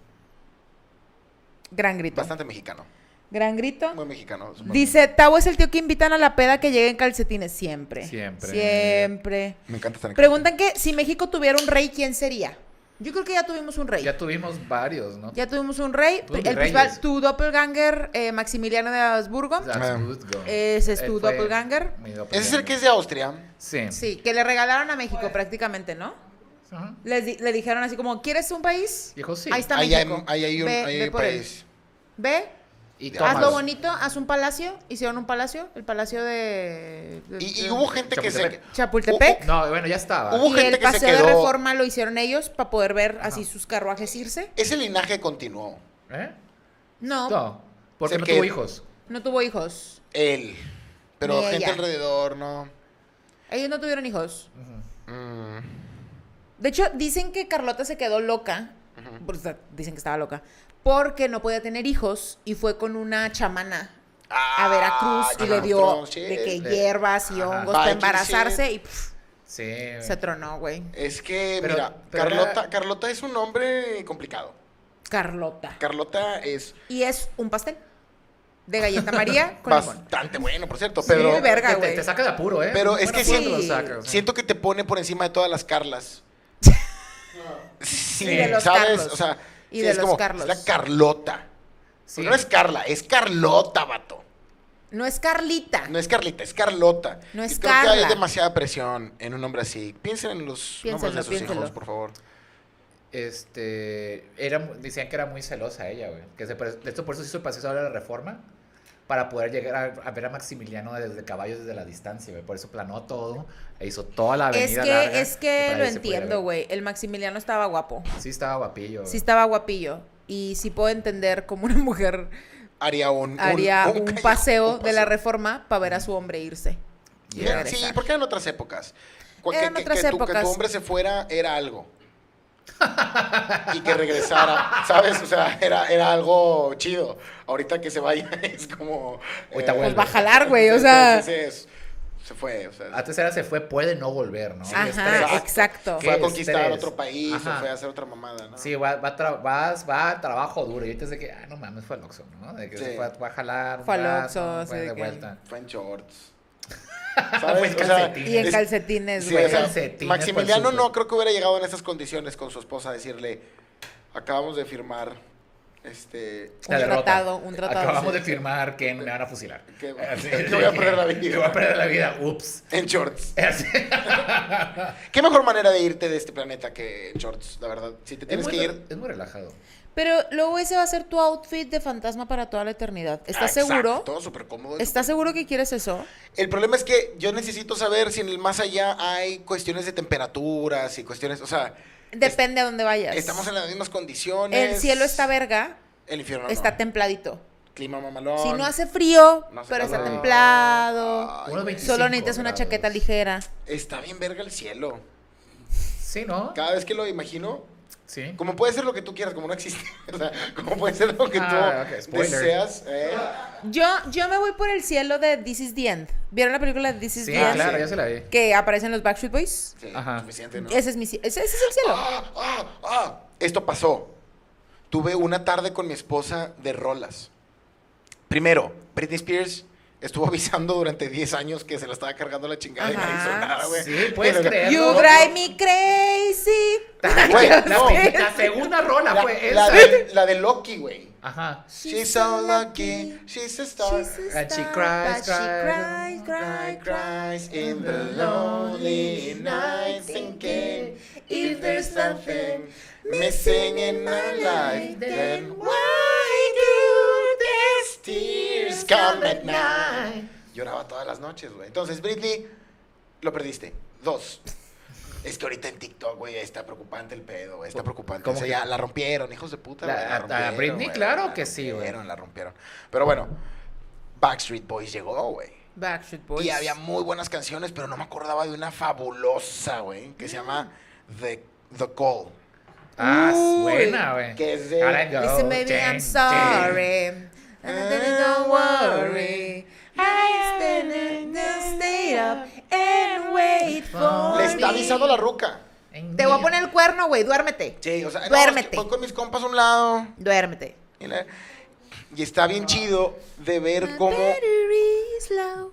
Gran grito.
Bastante mexicano.
Gran grito.
Muy mexicano. supongo.
Dice, Tavo es el tío que invitan a la peda que llegue en calcetines siempre.
Siempre.
Siempre.
Me encanta estar en
Preguntan que si México tuviera un rey, ¿quién sería? Yo creo que ya tuvimos un rey.
Ya tuvimos varios, ¿no?
Ya tuvimos un rey.
Tuvimos
el
reyes.
principal, tu doppelganger, eh, Maximiliano de Habsburgo.
That's good, girl.
Ese es tu
Él fue
doppelganger.
mi
Ese es el que
doppelganger.
es de Austria.
Sí.
Sí, que le regalaron a México prácticamente, ¿no?
Ajá.
Les di- le dijeron así como, ¿quieres un país?
Dijo sí.
Ahí está
Ahí hay,
México.
ahí hay un,
Ve-
ahí hay
ve
un
por él.
país.
Ve,
Y
Tómalo.
haz lo
tomas.
bonito, haz un palacio. Hicieron un palacio, el palacio de... de-
Y, y
de-
hubo gente que se...
Chapultepec.
Chapultepec.
No, bueno, ya estaba.
Hubo-
Y
gente
el
que se
paseo de
quedó-
reforma lo hicieron ellos para poder ver así sus carruajes irse.
Ese linaje continuó.
¿Eh?
No, no,
No, porque
Se
no
que-
tuvo hijos.
tuvo hijos.
Él. Pero
Ni
gente
ella.
alrededor, ¿no?
Ellos no tuvieron hijos.
Mm,
De hecho, dicen que Carlota se quedó loca. pues, o sea, dicen que estaba loca. Porque no podía tener hijos y fue con una chamana a
Ah,
Veracruz y le dio
Veracruz, sí,
de que
sí.
hierbas y
Ajá.
hongos
Viking,
para
sí.
embarazarse y pf,
Sí.
se tronó, güey.
Es que,
Pero-
mira,
pero era-
Carlota, Carlota es un nombre complicado.
Carlota.
Carlota es
Y es un pastel de
[laughs]
galleta María con limón.
bastante bueno, por cierto, pero...
muy verga,
Que te,
güey.
te saca de apuro, ¿eh?
Pero
Un
es
buen
que
apuro
siento-
te lo saca, o sea.
Siento que te pone por encima de todas las
[laughs]
Carlas. Sí,
Y de los
¿sabes?
Carlos.
O sea,
Y
sí,
de
es
los
como,
Carlos.
es la Carlota.
Sí.
No es Carla, es Carlota, vato.
No es Carlita.
No es Carlita, es Carlota.
No es
Y creo que
Carla.
hay demasiada presión en un hombre así. Piensen en los
Piénsenlo,
nombres de sus
piénsenlo.
hijos, por favor.
Este, era, decían que era muy celosa ella, güey. Que se, pre- de hecho, por eso se hizo el proceso de la reforma. Para poder llegar a, a ver a Maximiliano desde caballos desde la distancia, güey. Por eso planó todo. E hizo toda la
Es
avenida
que,
larga,
es
y
que
para
lo
ahí se pudiera
entiendo,
ver.
güey. El Maximiliano estaba guapo.
Sí estaba guapillo.
Sí estaba guapillo. Y sí puedo entender cómo una mujer
Haría un, un-
haría un,
callejón,
paseo
[laughs] un
de la reforma para ver a su hombre irse.
güey.
Yeah.
Sí, porque eran otras épocas. Cu- que-
Eran
que,
otras
que tu- que
épocas.
tu hombre se fuera era algo. y que regresara, ¿sabes? O sea, era, era algo chido. Ahorita que se vaya [laughs] es como...
Ahorita
Pues
vuelve.
va a jalar, güey. O
sí,
sea.
sí, sí, es- se fue, o sea,
Antes era se fue, puede no volver, ¿no?
Ajá,
este,
Estrés.
exacto.
fue a
qué
conquistar
estrés.
otro país
Ajá.
o fue a hacer otra mamada, ¿no?
Sí, va, va, a tra- vas- va a trabajo duro. Y ahorita es de que, ah, no mames, fue al Oxxo, ¿no? De que
Sí.
se fue, a- va a jalar. un
Fue al
brazo,
Oxxo, así
fue
de
de
que-
vuelta.
Fue en shorts.
[laughs] Fue en calcetines.
Y en
es-
calcetines,
sí,
güey.
o sea,
Calcetines fue al
Maximiliano
súper.
no creo que hubiera llegado en esas condiciones con su esposa a decirle, acabamos de firmar, este...
La
Un
derrota.
tratado, un tratado.
Acabamos
Sí.
de firmar que me van a fusilar.
Que- [laughs]
Así,
que voy a perder
[laughs]
la vida.
Que Ah, voy a perder la vida. Ups.
En shorts.
Así.
¿Qué mejor manera de irte de este planeta que en shorts, la verdad? Si te
Es
tienes
muy,
que ir...
es muy relajado.
Pero luego ese va a ser tu outfit de fantasma para toda la eternidad. ¿Estás
Ah,
seguro?
Exacto, súper cómodo.
¿Estás seguro que quieres eso?
El problema es que yo necesito saber si en el más allá hay cuestiones de temperaturas y cuestiones, o sea,
Depende a dónde vayas.
estamos en las mismas condiciones.
El cielo está verga,
El infierno no.
está templadito.
Clima mamalón.
Si no hace frío,
No hace Ah,
pero está
calor.
templado.
Ay,
Unos 25
Solo necesitas una
grados.
chaqueta ligera.
Está bien verga el cielo.
Sí, ¿no?
Cada vez que lo imagino,
Sí.
como puede ser lo que tú quieras, como no existe, [laughs] o sea, como puede ser lo que
Ah,
tú
ok, spoiler.
deseas. eh.
Yo, yo me voy por el cielo de This is the End. ¿Vieron la película de This is
Sí, ah,
the End?
claro,
sí. ah,
ya se
[laughs]
la vi.
Que aparecen los Backstreet Boys.
Sí,
Ajá.
suficiente, ¿no?
Ese es mi ci- ese, ese es el cielo.
Ah, ah, ah. Esto pasó. Tuve una tarde con mi esposa de rolas. Primero, Britney Spears estuvo [laughs] avisando durante 10 años que se la estaba cargando la chingada y
Ajá.
nadie hizo nada, güey.
Sí, puedes
Y lo que-
creer.
You
no, no.
drive me crazy.
[laughs] Güey,
La,
no.
la segunda rola
La,
fue
la
esa.
de, la de Loki, güey.
Ajá.
She's so lucky, she's a star.
She's a
And she
star,
cries,
but she
cries,
cries,
Cry,
cries, cries.
cries in the lonely night thinking if there's nothing missing in my life then why do these tears come at night lloraba todas las noches güey entonces Britney lo perdiste dos es que ahorita en TikTok, güey, está preocupante el pedo, güey, está preocupante.
¿Cómo
o sea,
que?
ya la rompieron, hijos de puta,
La-
güey,
a- a
rompieron,
Britney,
güey,
claro
la
que sí, güey.
rompieron, La rompieron, Pero bueno, Backstreet Boys llegó, güey.
Backstreet Boys.
Y había muy buenas canciones, pero no me acordaba de una fabulosa, güey, que se llama The, The Call.
Ah,
Uy.
buena, güey.
Que es de-
Ahora yo,
Listen, baby,
chin,
I'm
chin.
sorry. And then don't worry. I stand in the stay up and wait for
Le está avisando
me.
la ruca.
Te voy a poner el cuerno, güey. Duérmete.
Sí, o sea, no,
Duérmete.
es que voy con mis compas a un lado.
Duérmete.
Y, la- y está bien chido de ver cómo.
My battery is low.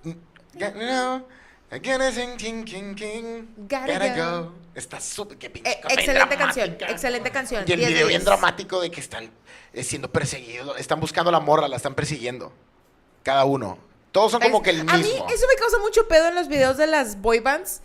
Get now, I gotta sing, ting, ting, ting,
Gotta
gotta
go.
go. Está súper, qué pinche
Eh,
cosa bien
excelente canción,
dramática.
excelente canción.
Y el
Diez de
video bien
diez.
dramático de que están eh, siendo perseguidos, están buscando a la morra, la están persiguiendo. Cada uno. Todos son como que el mismo.
A mí eso me causa mucho pedo en los videos de las boy bands.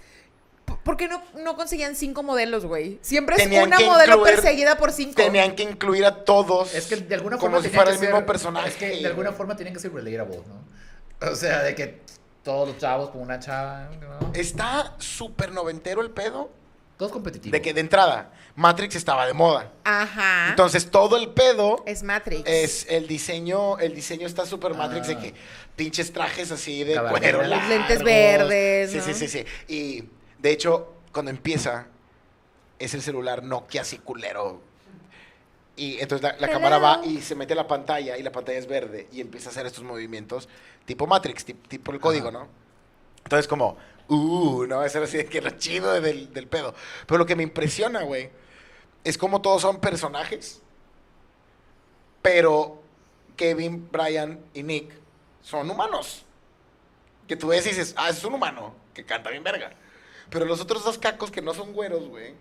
p- Porque no, no conseguían cinco modelos, güey. Siempre es
Tenían
una
que
modelo
incluir-
perseguida por cinco.
Tenían que incluir a todos.
Es que de alguna
como
forma.
si
tenía
fuera
que
el
ser-
mismo personaje.
Es que de alguna forma tienen que ser relatable, ¿no? O sea, de
Eh,
que todos los chavos con una chava, ¿no?
Está súper noventero el pedo,
Todo es competitivo.
De que de entrada, Matrix estaba de moda.
Ah.
Ajá.
Entonces todo el pedo
es Matrix. Ah.
es el diseño, el diseño está super Matrix de que pinches trajes así de
Caballeros.
cuero
Los
largo.
lentes verdes,
Sí,
¿no?
sí, sí, sí. Y de hecho, cuando empieza, es el celular Nokia así culero. Y entonces la, la
Hello.
cámara va y se mete a la pantalla y la pantalla es verde y empieza a hacer estos movimientos tipo Matrix, tip- tipo el código, ¿no? Entonces como, uh, no, eso era así de que lo chido del, del pedo. Pero lo que me impresiona, güey, es como todos son personajes, pero Kevin, Brian y Nick son humanos. Que tú ves y dices, ah, es un humano, que canta bien verga. Pero los otros dos cacos que no son güeros, güey.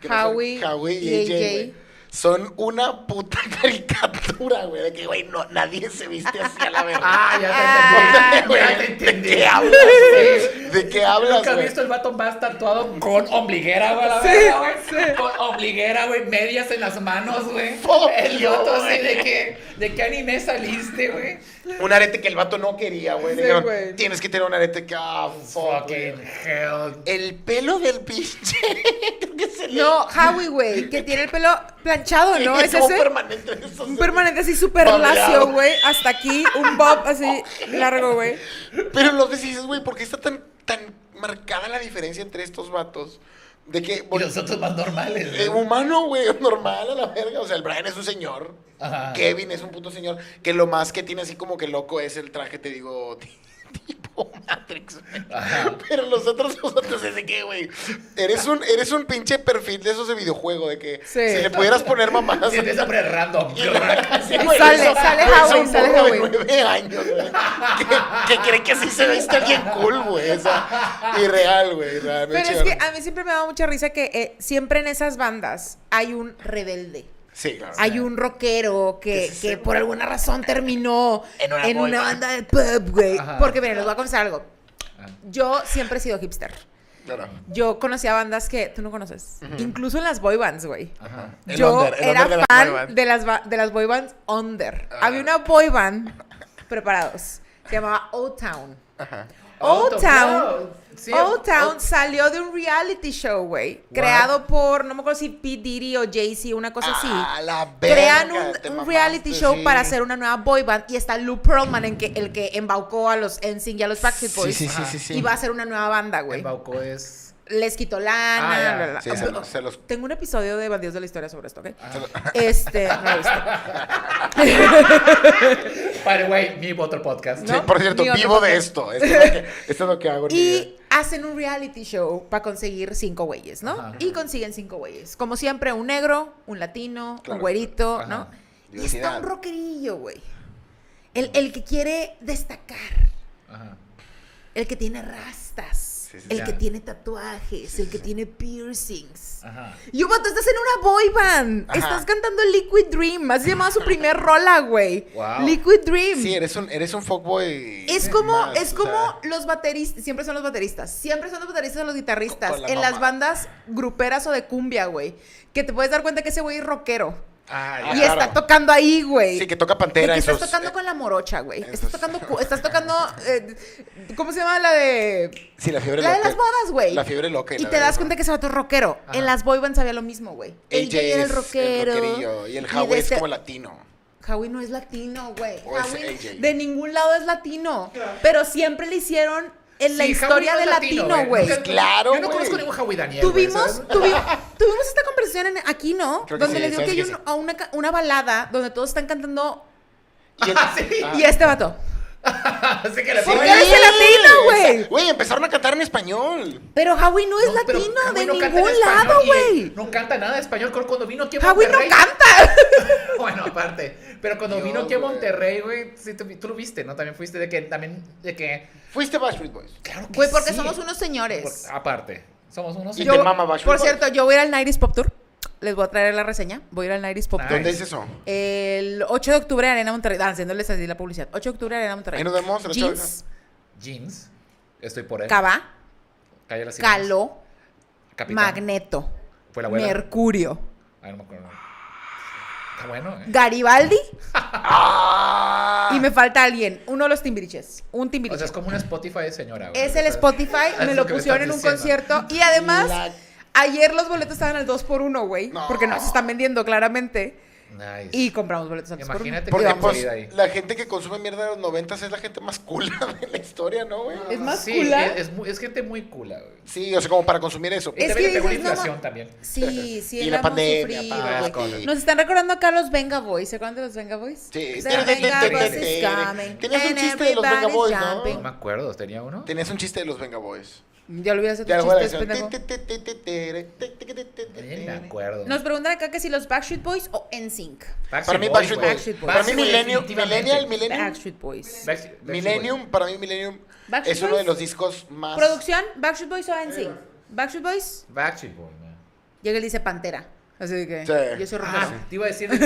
que no son
Howie
Howie y,
y
AJ,
AJ.
güey, Son una puta [laughs] caricatura, güey. De que, güey, no, nadie se viste así a la verga. [laughs]
[laughs] Ah, ya
Ah,
te entendí.
güey,
[laughs] ya te entendí.
¿De qué hablas, güey? ¿De qué hablas,
Nunca he
güey?
visto el vato más tatuado con ombliguera, güey. a la verga, güey. Con ombliguera, güey. Medias en las manos, güey.
Fuck
El
you,
vato así
güey.
de que, de qué anime saliste, güey.
Un arete que el vato no quería, güey.
Sí,
Le dijeron,
güey.
Tienes que tener un arete que. Ah, fuck, güey.
Fucking hell.
El pelo del pinche. [laughs] Creo que se le-
No, Howie, güey, que tiene el pelo planchado,
[laughs]
[laughs] ¿no?
Sí,
¿Es
como
ese?
permanente de esos-
Un permanente así súper
Babeado.
lacio, güey. Hasta aquí, un bob así largo, güey.
Pero los veces dices, güey, ¿por qué está tan, tan marcada la diferencia entre estos vatos? De que.
Y los otros más normales,
eh,
güey.
humano, güey, [laughs] normal a la verga. O sea, el Brian es un señor.
Ajá.
Kevin es un puto señor. Que lo más que tiene así como que loco es el traje, te digo, [laughs] tipo Matrix. güey.
Ajá.
Pero los otros, los otros es de que, güey, eres un, eres un pinche perfil de esos de videojuego, de que
Sí.
si le pudieras poner mamadas.
[laughs] Se empieza a poner random.
Sí,
Y
güey,
sale-
eso-
sale
güey, es
Howie,
un
sale
morro de
Howie.
nueve años, güey. Que, que cree que así se ve está bien cool, güey. O sea, irreal, güey. irreal, no
Pero es
chido.
que a mí siempre me da mucha risa que eh, siempre en esas bandas hay un rebelde.
Sí, claro.
Hay un rockero
¿Qué
que,
es ese,
que
güey?
por alguna razón terminó
En una
en
boy
una
band.
banda de pub, güey.
Ajá.
Porque miren, les voy a confesar algo.
Ah.
Yo siempre he sido hipster.
Claro.
Yo conocía bandas que tú no conoces. Incluso en las boy bands, güey.
Ajá.
El
Yo
under, el
era
under de las boy
fan
bands.
de las, ba- de las boy bands under.
Ah.
Había una boy band preparados. Se llamaba Old Town.
Ajá.
Old
Old
Town.
Town. Sí,
Old
o-
Town
o-
salió de un reality show, güey.
What?
Creado por, no me acuerdo si P. Diddy o Jay-Z, una cosa
Ah,
así.
la verga,
Crean
te
un, un
mamaste,
reality show
sí.
para hacer una nueva boy band. Y está Lou Pearlman, en que, el que embaucó a los NSYNC y a los Backstreet Boys.
Sí, sí, sí,
Ajá.
sí, sí.
Y va a hacer una nueva banda, güey.
El Bauco es.
Les quitó lana,
Ah, ya.
bla, bla, bla.
Sí, se los- se los-
Tengo un episodio de Bandidos de la Historia sobre esto, ¿ok?
Ajá.
Ah. [laughs]
Este, no lo he visto.
By the way, mi otro podcast.
¿no?
Sí, por cierto,
Ni otro
vivo de
papel.
esto. Esto es lo
[laughs]
que, esto es lo que hago en mi vida.
Y hacen un reality show para conseguir cinco güeyes, ¿no?
Ajá.
Y consiguen cinco güeyes. Como siempre, un negro, un latino,
Claro.
un güerito,
Ajá.
¿no? Y está
Diversidad.
un rockerillo, güey. El, el que quiere destacar,
Ajá.
el que tiene rastas,
Sí, sí,
el
sí.
que
Ya.
tiene tatuajes, el que tiene piercings.
Ajá.
Y un vato, estás en una boy band.
Ajá.
Estás cantando Liquid Dream. Has llamado su primer rola, güey.
Wow.
Liquid Dream.
Sí, eres un, eres un fuckboy.
Es como,
más,
es
o
como
sea,
los bateristas, siempre son los bateristas, siempre son los bateristas o los guitarristas,
Con la
en las
mamá.
bandas gruperas o de cumbia, güey, que te puedes dar cuenta que ese güey es rockero
Ah,
y
claro.
está tocando ahí, güey.
Sí, que toca pantera.
Y que estás
esos-
tocando con la morocha, güey. Estás
esos- [laughs]
tocando, cu- estás tocando, eh, ¿cómo se llama la de...?
Sí, la fiebre
La de
loca.
las bodas, güey.
La fiebre loca.
Y
la
te das
verga.
cuenta que ese vato es rockero.
Ajá.
En las boy bands había lo mismo, güey.
AJ
AJ era el
es
rockero.
rockerillo, y el
de
Howie es
este-
como latino.
Howie no es latino, güey.
O Oh, es
Howie
AJ.
de ningún lado es latino. Pero siempre le hicieron en la
Sí,
historia
Howie
de
no es
latino, güey.
Nunca-
Claro,
Yo no
güey.
conozco ningún Howie Daniel. güey,
Tuvimos, [laughs]
¿sabes?
tuvi- tuvimos esta conversación en- aquí, ¿no?
Creo que
donde
sí,
les digo que
sabes
hay
que sí.
un- a una, ca- una balada donde todos están cantando
Y
[laughs]
el- Ah.
y este vato.
Así que le
¿Por
pongo-
qué eres el latino, güey?
Esa- Güey, empezaron a cantar en español.
Pero Howie no es
No, pero
latino
Howie
de
no canta en
ningún
español
lado,
y
güey.
No canta nada de español. Creo que Cuando vino aquí a
Howie no
Monterrey-
canta.
[laughs] Bueno, aparte. Pero cuando
Dios,
vino aquí a
güey.
Monterrey, güey, sí, tú, tú lo viste, ¿no? También fuiste de que, también, de que,
Fuiste Backstreet Boys.
claro que
Güey, porque
sí.
somos unos señores.
Por- aparte, somos unos
Y
Yo-
te mama Backstreet
por
Boys.
cierto, yo voy a ir al 90s Pop Tour. Les voy a traer la reseña. Voy a ir al 90s Pop Tour.
¿Dónde es eso?
El 8 de octubre, Arena Monterrey. Ah, haciéndoles así la publicidad. 8 de octubre, Arena Monterrey.
Ahí nos vemos, a las
Jeans,
jeans. Estoy por él.
Cava,
Calle Las Sirenas.
Caló,
Capitán.
Magneto,
Fue la abuela.
Mercurio,
Ay, no me acuerdo. Está bueno, ¿eh?
Garibaldi
¡Ah!
y me falta alguien. Uno de los timbiriches. Un
O
timbiriche.
sea, es como un Spotify de señora, güey.
es el
O sea,
Spotify,
es
me
lo
lo
que me
pusieron
estás
en un
diciendo.
concierto y además
La
Ayer los boletos estaban al 2 por 1 güey.
No.
Porque no se están vendiendo, claramente.
Nice.
Y compramos boletos al 2 por 1
Imagínate
Porque
qué
pues,
vida ahí.
la gente que consume mierda de los noventas es la gente más cool [laughs] de la historia, ¿no, güey?
Es más
sí,
cula.
Es, es muy- es gente muy cula, güey.
Sí, o sea, como para consumir eso.
Y
Es
también
que
le pegó la
dices, no,
inflación
ma-
también.
Sí, sí,
[laughs] Y
el
la
amor
pandemia,
sufrido,
pa,
güey.
cosas.
Nos están recordando acá los Venga Boys. ¿Se acuerdan de los Venga Boys?
Sí.
The Venga Boys is coming.
Tenías un
and
chiste de los Venga
everybody's
Boys, ¿no?
jumping.
No me acuerdo, ¿tenía uno?
Tenías un chiste de los Venga Boys.
Ya lo hubieras hecho
Ya lo voy a
chistes,
decir.
pendejo.
Ni
Ni
me
Eh, me acuerdo.
Nos preguntan acá que si los Backstreet Boys o NSYNC.
Para mí Backstreet Boys.
Backstreet Boys.
Para mí
Backstreet
Millennium, Millennial, Millennium,
Backstreet
Backstreet-
Boys.
Backstreet
Millennium, para mí Millennium
Backstreet
es uno de
Boys.
los discos más...
Producción, Backstreet Boys o NSYNC. Backstreet Boys.
Boys. Backstreet Boys, man.
Llega él dice Pantera. Así de que
Sí.
yo soy rockero.
Ah, te iba a decir, de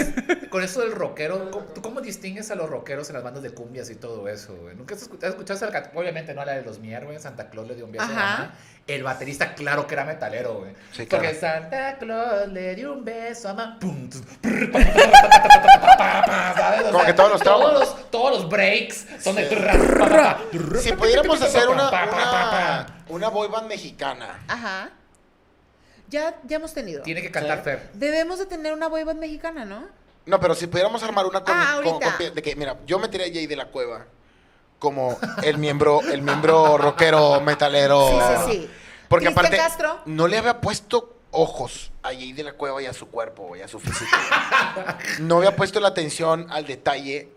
que- con eso del rockero, ¿cómo- ¿tú cómo distingues a los rockeros en las bandas de cumbias y todo eso? güey? ¿Nunca has escuchado, escuchado a la- obviamente no a la de los Mier, güey, Santa Claus le dio un beso a
Ajá.
la mamá? El baterista, claro que era metalero, güey.
Sí, claro.
Porque Santa Claus le dio un beso a mamá. Pum, tum, prr, pa, pa, pa, pa, pa, pa, pa, pa, ¿sabes? O
Como
sea,
que todos los
todos
traumas.
los, todos los breaks son de... trrr, pa, pa, pa,
Si pudiéramos hacer una,
pa, pa, pa, pa.
una, una boy band mexicana.
Ajá. Ya, ya hemos tenido.
Tiene que cantar
Sí.
Fer.
Debemos de tener una boy band mexicana, ¿no?
No, pero si pudiéramos armar una con,
Ah,
con-
ahorita.
con- de que, mira, yo me tiré a Jay de la cueva como el miembro, el miembro rockero metalero.
Sí, sí, sí.
Oh. Porque
Cristian
aparte
Castro.
no le había puesto ojos a Jay de la cueva y a su cuerpo y a su
[laughs]
físico. no había puesto la atención al detalle.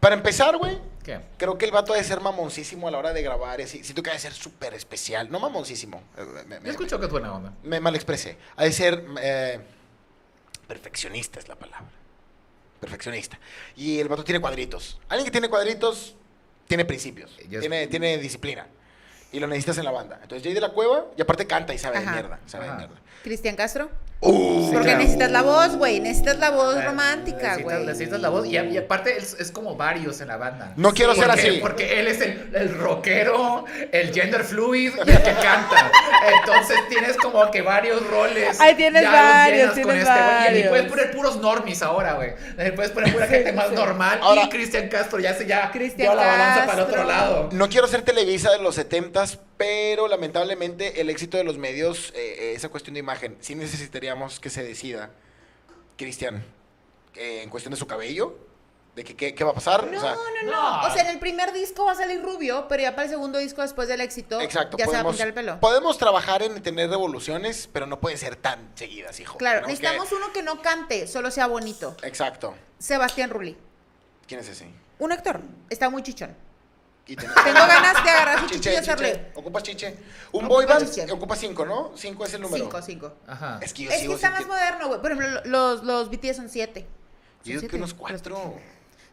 Para empezar, güey,
¿Qué?
creo que el vato ha de ser mamoncísimo a la hora de grabar. Si tú que ha de ser súper especial. No mamoncísimo. eh, me-
Yo
me-
escucho que es buena onda.
me mal expresé. Ha de ser eh, perfeccionista es la palabra. Perfeccionista. Y el vato tiene cuadritos. Alguien que tiene cuadritos tiene principios.
Yo-
Tiene, tiene disciplina. Y lo necesitas en la banda. Entonces Jay de la Cueva, y aparte canta y sabe de
Ajá.
mierda. Sabe
Ajá.
de mierda.
Cristian Castro.
Uh,
Porque
claro.
necesitas la voz, güey. Necesitas la
Bueno,
voz Pues romántica,
necesitas-
güey.
Necesitas la voz. Y, a- y aparte es, es como varios en la banda.
No quiero ser
Porque-
así.
Porque él es el, el rockero, el gender fluid y el que canta. [laughs] Entonces tienes como que varios roles.
Ahí tienes
los
varios,
llenas este
tienes
güey. Y le
varios.
puedes poner puros normis ahora, güey. Le puedes poner pura gente más normal.
Ahora-
y Cristian Castro ya se ya
Cristian
dio la balanza para el
Castro.
otro lado.
No quiero ser Televisa de los 70 pero lamentablemente el éxito de los medios, eh, eh, esa cuestión de imagen, sí necesitaríamos que se decida, Cristian, eh, en cuestión de su cabello, de que qué qué va a pasar.
No,
o sea,
no, no.
no.
O sea, en el primer disco va a salir rubio, pero ya para el segundo disco después del éxito
Exacto,
ya se va a
podemos,
pintar el pelo.
podemos trabajar en tener revoluciones, pero no pueden ser tan seguidas, hijo.
Claro,
Tenemos que-
necesitamos uno que no cante, solo sea bonito.
Exacto.
Sebastián Rulli.
¿Quién es ese?
Un actor. Está muy chichón.
Y ten-
Tengo ganas de agarrar su chichi y
chiche,
hacerle
chiche. Ocupas chiche. Un
Ocupa
boy band
chiche.
ocupa cinco, ¿no? Cinco es el número.
cinco, cinco.
Ajá.
Es que yo
Es que
sigo
está más
sintiendo-
moderno, güey. Por ejemplo, los, los BTS son siete. Son
Yo digo que
siete.
unos cuatro.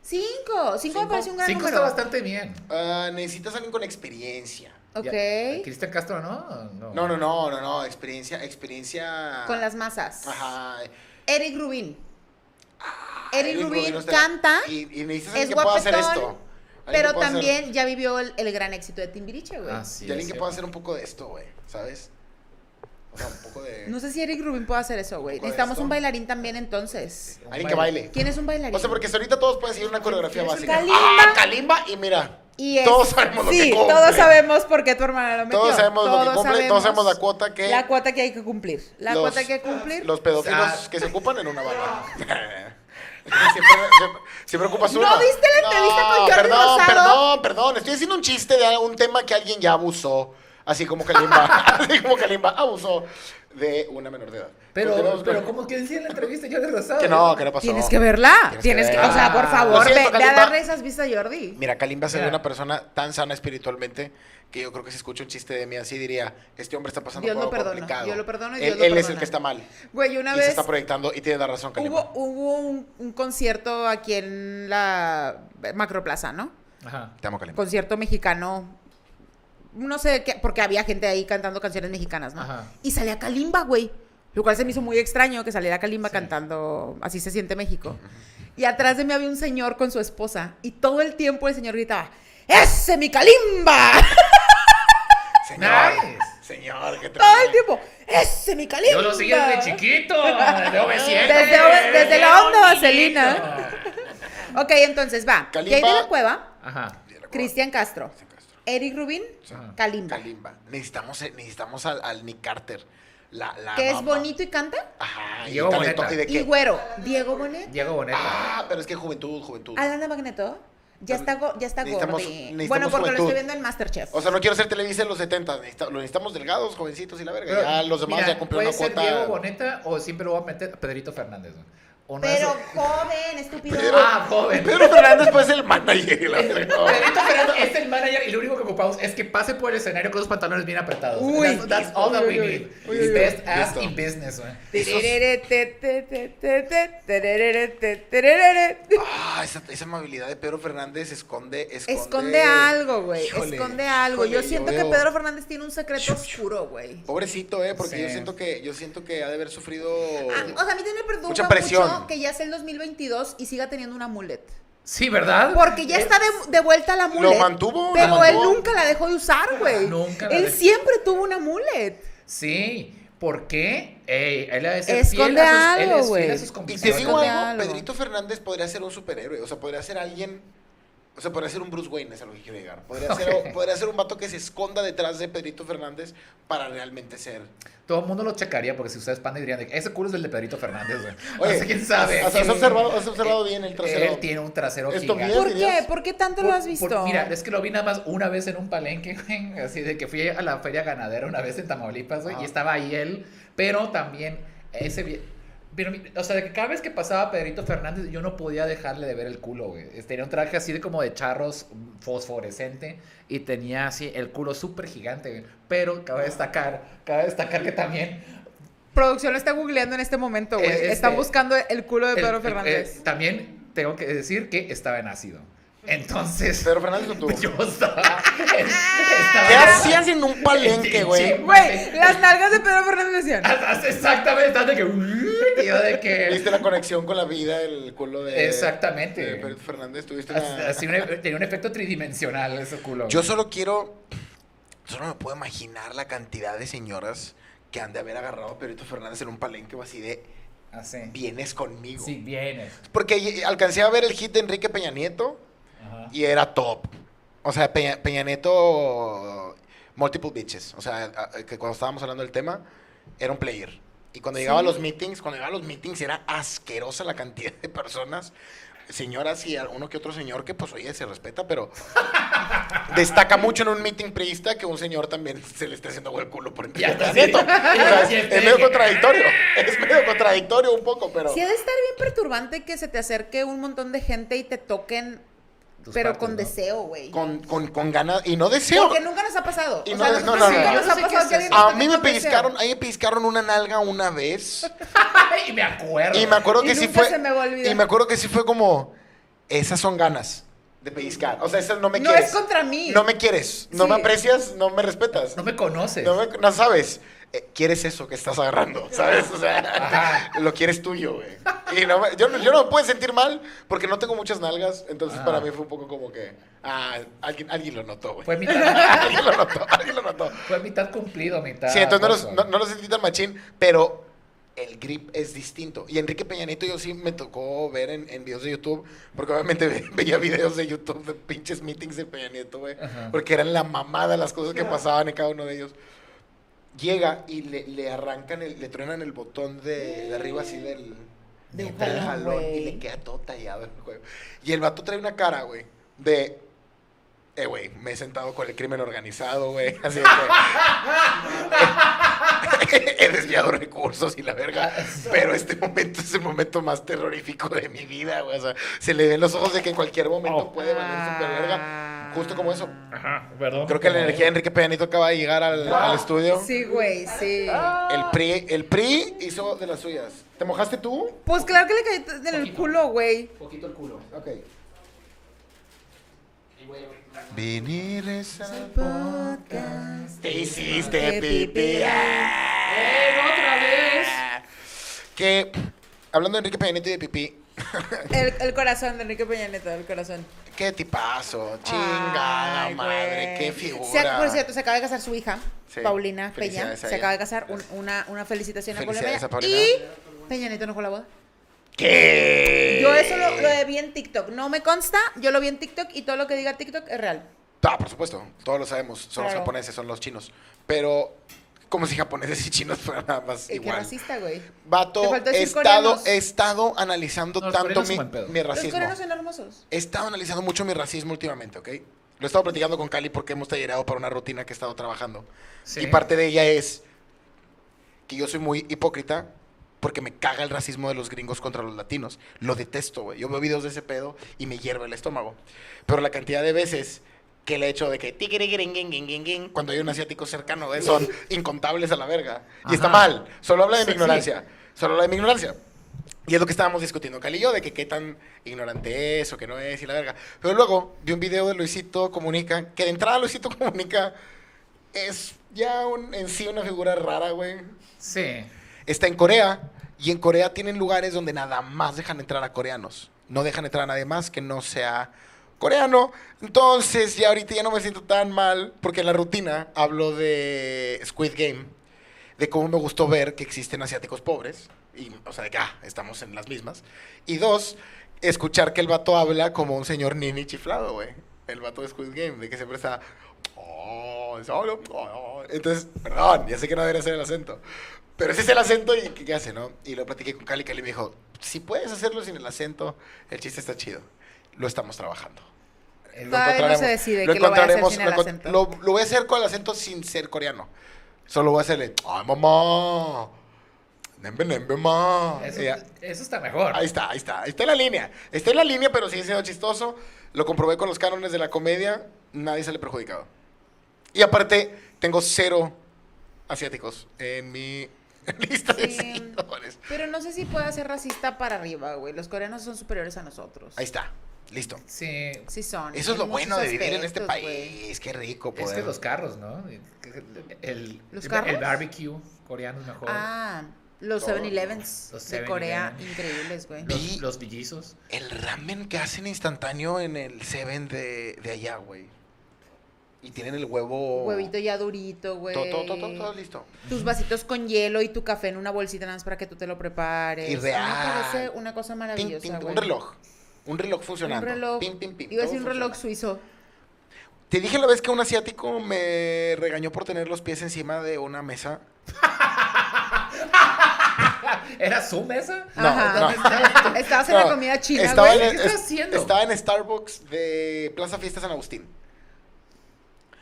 Cinco. Cinco me parece un gran
Cinco
número.
está bastante bien.
Ah, necesitas alguien con experiencia.
Ya-
Ok.
eh, Cristian Castro, ¿no? No.
No, no, no, no, no. Experiencia, experiencia.
Con las masas.
Ajá.
Eric Rubin. Eric
Rubin
Rubin
no está-
canta,
Y, y necesitas
es
alguien que pueda hacer
guapetón,
esto. Alguien que
pero
pueda hacer- Ah,
también ya vivió el, el gran éxito de Timbiriche, güey.
Así
y alguien
es,
que pueda hacer un poco de esto, güey. ¿Sabes? O sea, un poco de.
No sé si Eric Rubin puede hacer eso, güey.
poco de
Necesitamos
esto.
un bailarín también entonces.
un
Alguien que baile.
¿Quién es un bailarín?
O sea, porque hasta ahorita todos pueden seguir una coreografía
¿Quién es
básica.
el
Kalimba?
Ah, Kalimba y mira.
Y es-
Todos sabemos lo
sí,
que cumple.
todos sabemos por qué tu hermana lo metió.
Todos sabemos lo que cumple, todos sabemos la cuota que-
La cuota que hay que cumplir. La
Los-
cuota que hay que cumplir.
Los pedófilos
Ah.
que se ocupan en una banda. [laughs] siempre, siempre, siempre ocupas
¿No
una.
viste la entrevista con Jordi
perdón,
Rosado?
Perdón, perdón, Estoy haciendo un chiste de un tema que alguien ya abusó. Así como
[laughs]
Kalimba. así como Kalimba abusó de una menor de edad.
Pero,
Continuamos
pero
con-
como que decía en la entrevista, yo le ¿eh? rozaba.
Que no, que no pasó.
Tienes que verla.
Tienes que
Tienes, que,
verla.
o sea, por
Ah.
favor,
Lo siento,
ve, ve a
Kalimba.
darle esas vistas a Jordi.
Mira, Kalimba se ve
Mira.
una persona tan sana espiritualmente que yo creo que si escucha un chiste de mí así diría, este hombre está pasando
Dios
por
lo
algo
perdona,
complicado.
Dios lo perdona y
él
Dios lo
él es el
perdona.
que está mal.
Güey, una
y se
vez
está proyectando y tiene la razón, Kalimba.
hubo, hubo un, un concierto aquí en la Macroplaza, ¿no?
Ajá.
Te amo, Kalimba.
Concierto mexicano. No sé qué, porque había gente ahí cantando canciones mexicanas, ¿no?
Ajá.
Y salía Kalimba, güey. Lo cual se me hizo muy extraño que saliera Kalimba
Sí.
cantando Así se siente México. Y atrás de mí había un señor con su esposa. Y todo el tiempo el señor gritaba: ¡Ese mi Kalimba! [laughs]
Señor,
Nice.
señor, que
Todo el tiempo: ¡Ese mi Kalimba!
Yo lo seguí desde chiquito, desde OV7.
Desde O- desde la
era un
onda
niñito.
vaselina. Ok, entonces va. Jay
Kalimba.
de la Cueva,
Ajá.
Cristian Castro,
Castro.
Eric Rubin,
Ajá.
Kalimba.
Kalimba. Necesitamos, eh, necesitamos al, al Nick Carter. La, la
Que es
bamba.
bonito y canta.
Ajá, y,
Diego
talento-
Boneta.
y de
Y
qué.
güero, Diego Bonet.
Diego Boneta.
Ah, pero es que juventud, juventud.
Alana Magneto. Ya está, go- ya está gordo.
Necesitamos- necesitamos
Bueno, porque lo
juventud.
estoy viendo en Masterchef.
O sea, no quiero ser Televisa en los 70. necesita- lo necesitamos delgados, jovencitos y la verga. Eh, ya los demás
mira,
ya cumplieron la
puede
cuota.
ser Diego Boneta o siempre lo voy a meter a Pedrito Fernández. ¿no? O no
pero
es-
joven, estúpido.
Pero-
ah, joven.
Pedro Fernández puede ser el manager.
[laughs]
y la verga.
Pedrito Fernández es el manager y lo único que ocupamos es que pase por el escenario con los pantalones bien apretados.
Uy.
that's, that's all that we need.
Uy, uy, uy.
Best ass
Listo.
in business. güey.
Tererere, te, te, te, te, te, tererere, te, tererere.
Ah, esa, esa amabilidad de Pedro Fernández esconde. Esconde,
Esconde algo, güey.
Híjole,
Esconde algo. Yo
híjole,
siento que
veo-
Pedro Fernández tiene un secreto oscuro, güey.
Pobrecito, eh, porque
Sí.
yo siento que yo siento que ha de haber sufrido
Ah, o sea, a mí también me preocupa
Mucha presión.
mucho que ya sea el 2022 y siga teniendo una mulet.
Sí, ¿verdad?
Porque ya está de, de vuelta la mulet.
mantuvo, lo
Pero él
mantuvo.
nunca la dejó de usar, güey.
Nunca la
Él
dejó.
siempre tuvo una mulet.
Sí. ¿Por qué? Ey, él ha de ser
Esconde
fiel a sus, él
algo,
es fiel a
güey.
sus
Y te
convicciones.
digo
de
algo,
algo.
Pedrito Fernández podría ser un superhéroe, o sea, podría ser alguien, o sea, podría ser un Bruce Wayne, es a lo que quiero llegar. Podría, ser,
Ok.
podría ser un vato que se esconda detrás de Pedrito Fernández para realmente ser.
Todo el mundo lo checaría porque si ustedes pan dirían de que ese culo es el de Pedrito Fernández, güey.
Oye,
Oye, quién sabe. Eh,
¿has, has observado, has observado bien el trasero?
Él tiene un trasero
¿Es
gigante.
Tobias?
¿Por qué?
dirías?
¿Por qué tanto lo
Por-
has visto?
por- mira, es que lo vi nada más una vez en un palenque, güey, así de que fui a la feria ganadera una vez en Tamaulipas, güey,
Ah.
y estaba ahí él, pero también ese... vie- Pero, mi- o sea, de que cada vez que pasaba Pedrito Fernández, yo no podía dejarle de ver el culo, güey. Es- Tenía un traje así de como de charros mm, fosforescente y tenía así el culo súper gigante, güey. Pero cabe destacar, cabe destacar que también...
Producción lo está googleando en este momento, güey.
Eh, este-
Están buscando el culo de
el-
Pedro
el-
Fernández.
eh, también tengo que decir que estaba en ácido. Entonces...
Pedro Fernández lo tuvo.
[laughs] Yo estaba... estaba-
Ah. ¿Qué hacías en un palenque,
Sí,
güey?
sí.
Güey, las nalgas de Pedro Fernández decían.
Ah,
Haz- haz Exactamente, estás de que. y yo
[laughs]
de
¿Viste
que.
la conexión con la vida, el culo de,
Exactamente.
de Pedrito Fernández? ¿Tuviste una-
Así un e- tenía un efecto tridimensional ese culo.
Yo solo quiero. Solo me puedo imaginar la cantidad de señoras que han de haber agarrado a Pedrito Fernández en un palenque o así de
Así.
vienes conmigo.
Ah, Sí, vienes.
Porque y- alcancé a ver el hit de Enrique Peña Nieto
Ajá.
y era top. O sea, Peña, Peña Nieto, multiple bitches. O sea, a- a- que cuando estábamos hablando del tema, era un player. Y cuando llegaba a los meetings, cuando llegaba a los meetings era asquerosa la cantidad de personas, señoras y uno que otro señor que pues oye, se respeta,
[laughs]
pero destaca mucho en un meeting priista que un señor también se le esté haciendo hueco el culo por Enrique
Ya está
Peña Nieto. O
así.
sea,
[laughs] Ya
es
está
medio
que-
contradictorio, es medio contradictorio un poco, pero...
Sí, ha de estar bien perturbante que se te acerque un montón de gente y te toquen,
Tus
pero
partes,
con
¿no?
deseo, güey.
con, con, con ganas y no deseo.
Porque nunca nos ha pasado.
Y
o
no
sea,
de- no,
nosotros
no, no, no.
nunca
Yo no
nos ha
sé
pasado
qué
que
es
alguien nos
A
toque
mí me
con deseo.
pellizcaron, a mí me pellizcaron una nalga una
[laughs]
vez
Y me acuerdo.
y me acuerdo
Y
que sí
nunca
fue
se me va a olvidar.
y me acuerdo que sí fue como esas son ganas de pellizcar, o sea, esas no me
No
quieres.
es contra mí.
No me quieres, no
Sí.
me aprecias, no me respetas.
No me conoces.
No, me- no sabes, Eh, quieres eso que estás agarrando, ¿sabes? O sea,
Ajá.
lo quieres tuyo, güey. Y no me- yo, no- yo no me puedo sentir mal porque no tengo muchas nalgas, entonces
Ah. Pues,
para mí fue un poco como que, ah, alguien, alguien lo notó, güey.
Fue mitad,
[laughs] alguien lo notó, alguien lo notó.
fue mitad cumplido, mitad.
Sí, entonces no, los-
cosa.
no, no lo sentí tan machín, pero el grip es distinto. Y Enrique Peñanito yo sí me tocó ver en, en videos de YouTube, porque obviamente [laughs] ve- veía videos de YouTube de pinches meetings de Peñanito, güey,
Ajá.
porque eran la mamada las cosas que pasaban en cada uno de ellos. Llega y le, le arrancan, el- le truenan el botón de, de arriba así del,
De un
del
jalón,
y
güey.
le queda todo tallado el juego. Y el vato trae una cara, güey, de... Eh, güey, me he sentado con el crimen organizado, güey. [laughs] Así de que- he desviado recursos y la verga. Pero este momento es el momento más terrorífico de mi vida, güey. O sea, se le ven los ojos de que en cualquier momento
Oh.
puede valer super verga. Justo como eso.
Ajá, perdón.
Creo que la energía de Enrique Peñanito acaba de llegar al, al estudio.
Sí, güey, sí.
El PRI, el PRI hizo de las suyas. ¿Te mojaste tú?
Pues claro que le caí en el culo, güey.
Poquito el culo.
Ok. Venir es al
podcast.
Te hiciste pipí. ah.
otra vez!
Que, hablando de Enrique Peñanito y de pipí,
El, el corazón de Enrique Peña Nieto, el corazón.
Qué tipazo, chingada
Ay,
madre,
güey.
qué
Se ac-
figura.
por cierto, se acaba de casar su hija,
Sí.
Paulina Peña.
Felicidades a
Se
ella.
acaba de casar. un- una, una felicitación a Paulina
Felicidades
Peña.
a Paulina.
Y Peña Nieto no fue a la boda.
¿Qué? Eh.
Yo eso lo, lo vi en TikTok. No me consta, yo lo vi en TikTok y todo lo que diga TikTok es real.
Ah, por supuesto, todos lo sabemos, son los
Claro.
japoneses, son los chinos. Pero, como si japoneses y chinos fueran nada más
Eh, Qué
igual.
racista, güey. Te
Vato,
faltó
he
decir
estado,
coreanos.
he estado analizando
No, los
tanto
coreanos
mi,
buen pedo.
mi
Los
racismo.
coreanos son hermosos.
He estado analizando mucho mi racismo últimamente, ¿ok? Lo he estado platicando con Cali porque hemos tallerado para una rutina que he estado trabajando.
Sí.
Y parte de ella es que yo soy muy hipócrita porque me caga el racismo de los gringos contra los latinos. Lo detesto, güey. Yo veo videos de ese pedo y me hierve el estómago. Pero la cantidad de veces que le he hecho de que tiquiriquiringuinguinguinguin, cuando hay un asiático cercano de
[laughs]
son incontables a la verga. Y está
Ajá.
mal. Solo habla de
Sí,
mi
sí.
ignorancia. Solo habla de mi ignorancia. Y es lo que estábamos discutiendo, Cali y yo, de que qué tan ignorante es o qué no es y la verga. Pero luego vi un video de Luisito Comunica, que de entrada Luisito Comunica es ya un- en sí una figura rara, güey.
Sí.
Está en Corea y en Corea tienen lugares donde nada más dejan entrar a coreanos. No dejan entrar a nadie más que no sea coreano. Entonces ya ahorita ya no me siento tan mal porque en la rutina hablo de Squid Game, de cómo me gustó ver que existen asiáticos pobres. Y, o sea, de que ah, estamos en las mismas. Y dos, escuchar que el vato habla como un señor nini chiflado, güey. El vato de Squid Game, de que siempre está... "Oh, solo, oh". Entonces, perdón, ya sé que no debería ser el acento. Pero ese es el acento y ¿qué hace, no? Y lo platiqué con Cali, Cali me dijo, si puedes hacerlo sin el acento, el chiste está chido. Lo estamos trabajando. Lo
Todavía no
encontraremos-
se decide
lo
que lo vaya a hacer
encontraremos-
sin
lo
el
encon-
acento.
Lo, lo voy a hacer con el acento sin ser coreano. Solo voy a hacerle, ¡ay, mamá! ¡Nembe, nembe, ma!
Eso,
Y ya.
eso está mejor.
Eh, Ahí está, ahí está. Ahí está en la línea. Está en la línea, pero sigue siendo chistoso. Lo comprobé con los cánones de la comedia. Nadie sale perjudicado. Y aparte, tengo cero asiáticos en mi [laughs] lista de
Sí.
seguidores.
Pero no sé si pueda ser racista para arriba, güey. Los coreanos son superiores a nosotros.
Ahí está. Listo.
Sí.
Sí son.
Eso es
en
lo
muchos
bueno de vivir en este
aspectos, güey.
país. Qué rico
Es
poder.
que los carros, ¿no? El,
¿Los
el-
carros?
el barbecue coreano es mejor.
Ah, los
Todo.
7-Elevens
Los
de Corea,
7-Elevens.
increíbles, güey.
Los-
Los, los villizos.
El ramen que hacen instantáneo en el Seven de, de allá, güey. Y tienen el huevo...
Huevito ya durito, güey.
Todo, todo, todo, todo, todo listo.
Tus vasitos con hielo y tu café en una bolsita nada más para que tú te lo prepares. Ah,
Y real.
A mí Me parece una cosa
Tin,
maravillosa,
tin,
güey.
un reloj. Un reloj funcionando.
Un reloj.
Pim, pim, pim,
Iba a
todo
decir un reloj
funciona.
suizo.
Te dije la vez que un asiático me regañó por tener los pies encima de una mesa.
¿Era su mesa?
No,
Ajá.
no.
Estabas- Estabas en
No,
la comida china,
estaba
güey.
en-
¿Qué estás
es-
haciendo?
Estaba en Starbucks de Plaza Fiesta San Agustín.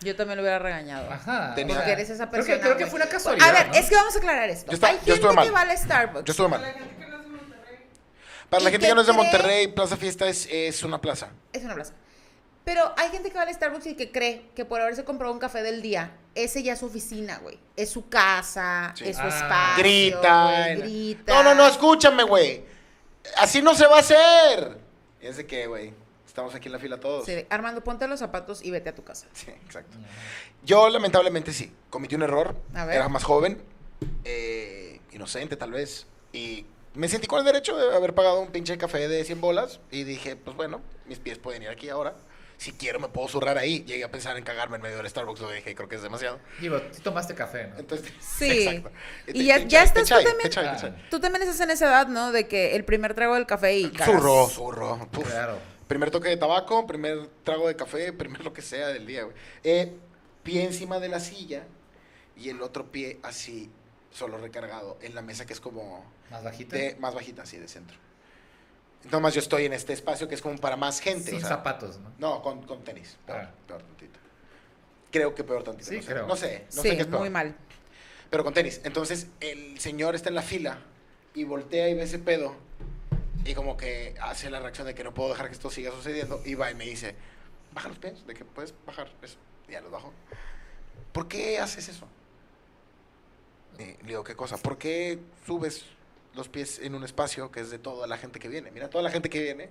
Yo también lo hubiera regañado.
Ajá.
Tenía-
Porque eres esa
Creo que-
persona.
Creo que,
güey.
fue una casualidad.
A ver,
¿no?
es que vamos a aclarar esto.
Yo estaba-
Hay
yo
gente
estuve
que
mal.
va al Starbucks.
Yo estuve mal. Para la
¿Y
gente
qué
que no es de
cree?
Monterrey, Plaza Fiesta es, es una plaza.
Es una plaza. Pero hay gente que va al Starbucks y que cree que por haberse comprado un café del día, ese ya es su oficina, güey. Es su casa,
Sí.
es su
Ah.
espacio.
Grita.
güey,
en-
grita.
No, no, no, escúchame, güey. Así no se va a hacer. Y es de que, güey, estamos aquí en la fila todos.
Sí, Armando, ponte los zapatos y vete a tu casa.
[laughs] Sí, exacto. Yo lamentablemente sí, cometí un error.
A ver.
Era más joven, eh, inocente tal vez. Y me sentí con el derecho de haber pagado un pinche café de 100 bolas. Y dije, pues bueno, mis pies pueden ir aquí ahora. Si quiero me puedo zurrar ahí. Llegué a pensar en cagarme en medio del Starbucks. Lo dije, creo que es demasiado.
Digo, tú tomaste café, ¿no?
Entonces, [laughs]
Sí.
exacto.
Y ya-
Te- te
ya
chai,
estás
te chai,
tú
te
también.
chai, te chai.
Tú también estás en esa edad, ¿no? De que el primer trago del café y cagas.
Zurro, zurro. puf.
Claro.
Primer toque de tabaco, primer trago de café, [laughs] primer lo que sea del día, güey. Eh, pie encima de la silla y el otro pie así, solo recargado, en la mesa que es como
Más bajita.
de, más bajita, así de centro. Nomás yo estoy en este espacio que es como para más gente.
Sin
o sea,
zapatos, ¿no?
No, con, con tenis. Peor,
Ah.
peor tantito. Creo que peor tantito.
Sí,
no, sé.
creo.
no sé, no
sí,
sé qué es peor
muy mal.
pero con tenis. Entonces el señor está en la fila y voltea y ve ese pedo y como que hace la reacción de que no puedo dejar que esto siga sucediendo y va y me dice, baja los pies, de que puedes bajar. Eso. Y Ya los bajo. ¿Por qué haces eso? Y le digo, ¿qué cosa? ¿Por qué subes los pies en un espacio que es de toda la gente que viene? Mira, toda la gente que viene,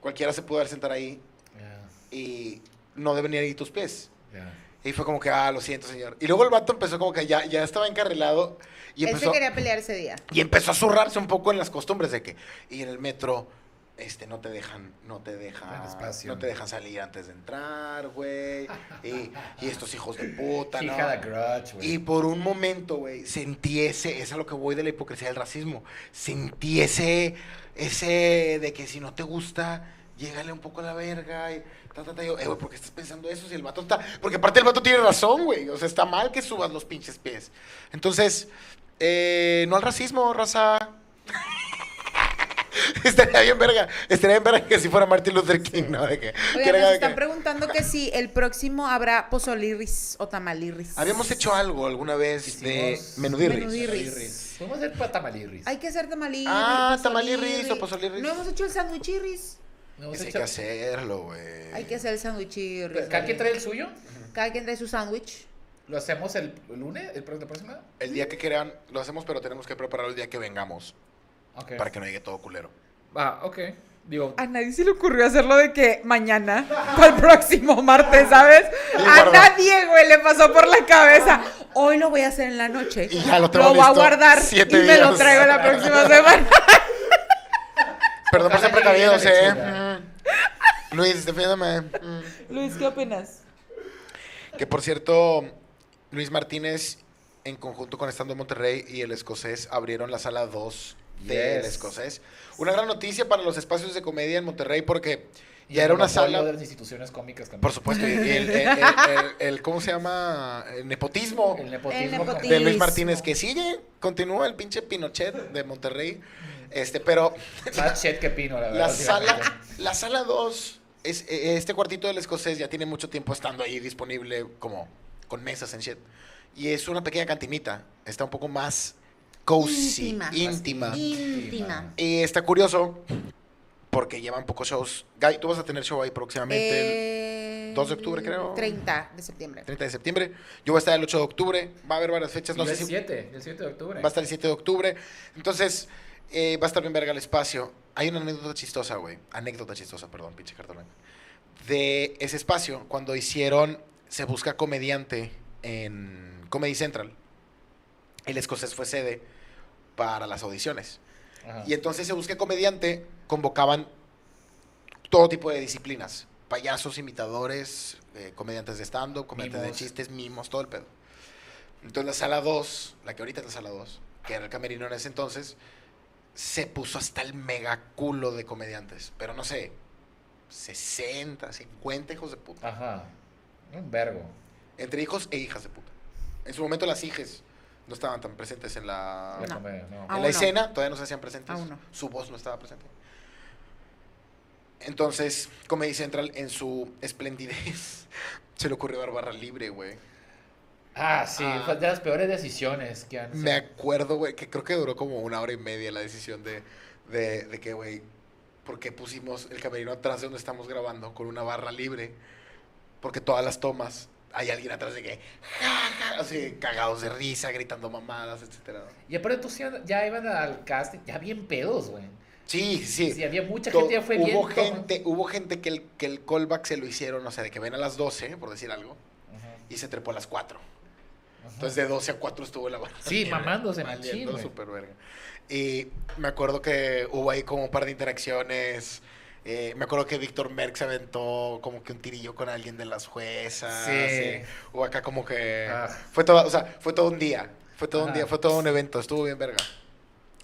cualquiera se puede sentar ahí
Ya,
y no deben ir ahí tus pies.
ya.
Y fue como que, ah, lo siento, señor. Y luego el vato empezó como que ya, ya estaba encarrilado y
Él se
empezó,
quería pelear ese día.
y empezó a zurrarse un poco en las costumbres de que, y en el metro, este, no te dejan, no te dejan,
El espacio.
no te dejan salir antes de entrar, güey. Y, y estos hijos de puta,
He
¿no?
had a grudge, güey.
Y por un momento, güey, sentí ese, es a lo que voy de la hipocresía del racismo, sentí ese, ese de que si no te gusta, llégale un poco a la verga y ta, ta, ta. Y yo, eh, güey, ¿por qué estás pensando eso si el vato está...? Porque aparte el vato tiene razón, güey. O sea, está mal que subas los pinches pies. Entonces, eh, no al racismo, raza. [laughs] Estaría bien verga, estaría bien verga que si fuera Martin Luther King, ¿no? De que, que
Oigan,
era
nos
de
están
que-
preguntando que si el próximo habrá pozolirris o tamalirris.
Habíamos hecho algo alguna vez
Hicimos
pues, de menudirris.
menudirris.
Tamalirris. Vamos a hacer patamalirris.
Hay que hacer tamalirris.
Ah, tamalirris
pozolirris.
o pozolirris.
No hemos hecho el sandwichirris.
Nos
Ese Hay
echa-
que hacerlo, güey.
Hay que hacer el sandwichirris.
¿Cada quien
güey.
trae el suyo?
Cada quien trae su sándwich.
¿Lo hacemos el lunes? ¿El pr- la próxima?
El día que quieran lo hacemos, pero tenemos que prepararlo el día que vengamos
Ok.
para que no llegue todo culero.
Ah, ok. Digo,
A nadie se le ocurrió hacerlo de que mañana, [laughs] para el próximo martes, ¿sabes?
Sí,
A
guarda.
nadie, güey, le pasó por la cabeza. Hoy lo voy a hacer en la noche.
Y ya lo tengo
voy a
listo
guardar
siete
y me lo
días.
traigo
[laughs]
la próxima semana. [laughs]
Perdón por ser
Ojalá llegue
precavidos,
la
eh.
lechuga.
Mm. Luis, defiéndeme. Mm.
Luis, ¿qué opinas?
Que por cierto, Luis Martínez, en conjunto con Estando en Monterrey y el escocés, abrieron la sala 2 del
Yes.
escocés. Una gran noticia para los espacios de comedia en Monterrey porque
y
ya
el
era una
monopolio
sala.
de las instituciones cómicas también.
Por supuesto, y el, el- el- el- el- ¿cómo se llama? El nepotismo
El nepotismo.
El
de
nepotismo.
Luis Martínez, que sigue, continúa el pinche Pinochet de Monterrey. Este, pero
Más chet que pino, la verdad.
la sala,
últimamente.
la sala 2, es, eh, este cuartito del escocés ya tiene mucho tiempo estando ahí disponible, como con mesas en shit. Y es una pequeña cantinita, está un poco más cozy,
Íntima.
íntima.
Íntima.
Y está curioso, porque llevan pocos shows. Guy, tú vas a tener show ahí próximamente,
Eh,
2 de octubre, creo.
30 de septiembre.
el 30 de septiembre. Yo voy a estar el 8 de octubre, va a haber varias fechas, no
Y
sé
el
si
7, el 7 de octubre.
va a estar el 7 de octubre. Entonces, eh, va a estar bien verga el espacio. Hay una anécdota chistosa, güey. Anécdota chistosa, perdón, pinche cartón. De ese espacio, cuando hicieron Se Busca Comediante en Comedy Central, el escocés fue sede para las audiciones.
Ajá.
Y entonces Se Busca Comediante convocaban todo tipo de disciplinas. Payasos, imitadores, eh, comediantes de stand-up, comediantes de
Mimos.
chistes, mimos, todo el pedo. Entonces la sala 2, la que ahorita es la sala 2, que era el camerino en ese entonces, se puso hasta el mega culo de comediantes. Pero no sé, 60, 50 hijos de puta.
Ajá. Un vergo.
Entre hijos e hijas de puta. En su momento las hijas no estaban tan presentes en la,
La
No. Ah.
comedia, no.
en
Aún
la
no.
escena todavía no se hacían presentes.
Aún no.
Su voz no estaba presente. Entonces, Comedy Central, en su esplendidez, [laughs] se le ocurrió dar barra libre, güey.
Ah, sí,
Ah.
fue de las peores decisiones que han
Me acuerdo, güey, que creo que duró como una hora y media la decisión de, de, de que, güey, porque pusimos el camerino atrás de donde estamos grabando con una barra libre? Porque todas las tomas hay alguien atrás de que, "Ja, ja", así, cagados de risa, gritando mamadas, etcétera.
Y aparte tú sí an- ya iban al casting, ya bien pedos, güey.
Sí, sí.
Sí, había mucha
To-
gente, ya fue bien.
hubo
toma.
gente, hubo gente que el, que el callback se lo hicieron, no sé, de que ven a las 12, por decir algo,
Ajá,
y se trepó a las 4.
ajá.
Entonces de 12 a 4 estuvo la barra.
Sí,
libre,
mamándose
valiendo
machín, güey.
súper verga. Y me acuerdo que hubo ahí como un par de interacciones. eh, me acuerdo que Víctor Merck se aventó como que un tirillo con alguien de las juezas.
Sí.
O acá como que...
Ah.
Fue todo, o sea, fue todo un día. Fue todo un
Ajá.
día, fue todo un evento. Estuvo bien verga.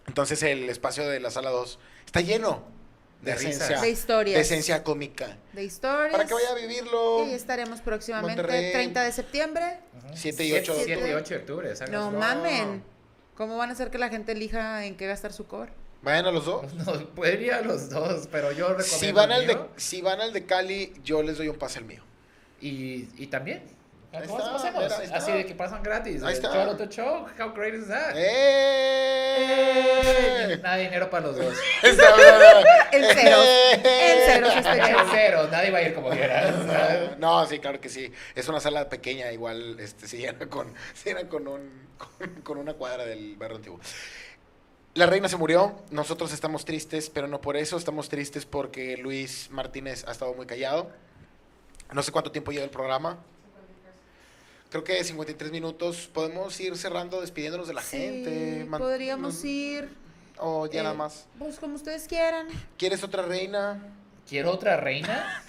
Entonces el espacio de la sala 2 está lleno de,
De risas.
esencia.
De historias.
de esencia cómica.
De historias.
Para que vaya a vivirlo.
Y estaremos próximamente.
Monterrey.
30 de septiembre.
Ajá.
Siete y
Siete-
ocho de
siete y
octubre.
ocho de octubre, exacto.
No
no.
mamen. ¿Cómo van a hacer que la gente elija en qué gastar su cover?
Vayan a los dos.
[laughs] No, pues, podría los dos, pero yo recomiendo
Si van,
el
al de,
mío.
si van al de Cali, yo les doy un pase al mío.
Y, y también.
Ahí
¿Cómo
está,
hacemos?
mira, Ah, ahí está.
Así de que pasan gratis.
Ahí
de
está.
Show al otro show. How great is that?
¡Eh!
Nada de dinero para los dos.
Está bueno.
El cero. El
Eh,
cero
En
sospechoso.
cero, nadie va a ir como quiera.
No, sí, claro que sí. Es una sala pequeña, igual este, se llena con, [laughs] se llena con, un, con, con una cuadra del barrio antiguo. La reina se murió, nosotros estamos tristes, pero no por eso, estamos tristes porque Luis Martínez ha estado muy callado. No sé cuánto tiempo lleva el programa. Creo que 53 minutos. Podemos ir cerrando, despidiéndonos de la
Sí,
gente. man-
Podríamos
no-
ir.
O ya
eh,
nada más.
Pues como ustedes quieran.
¿Quieres otra reina?
¿Quiero otra reina?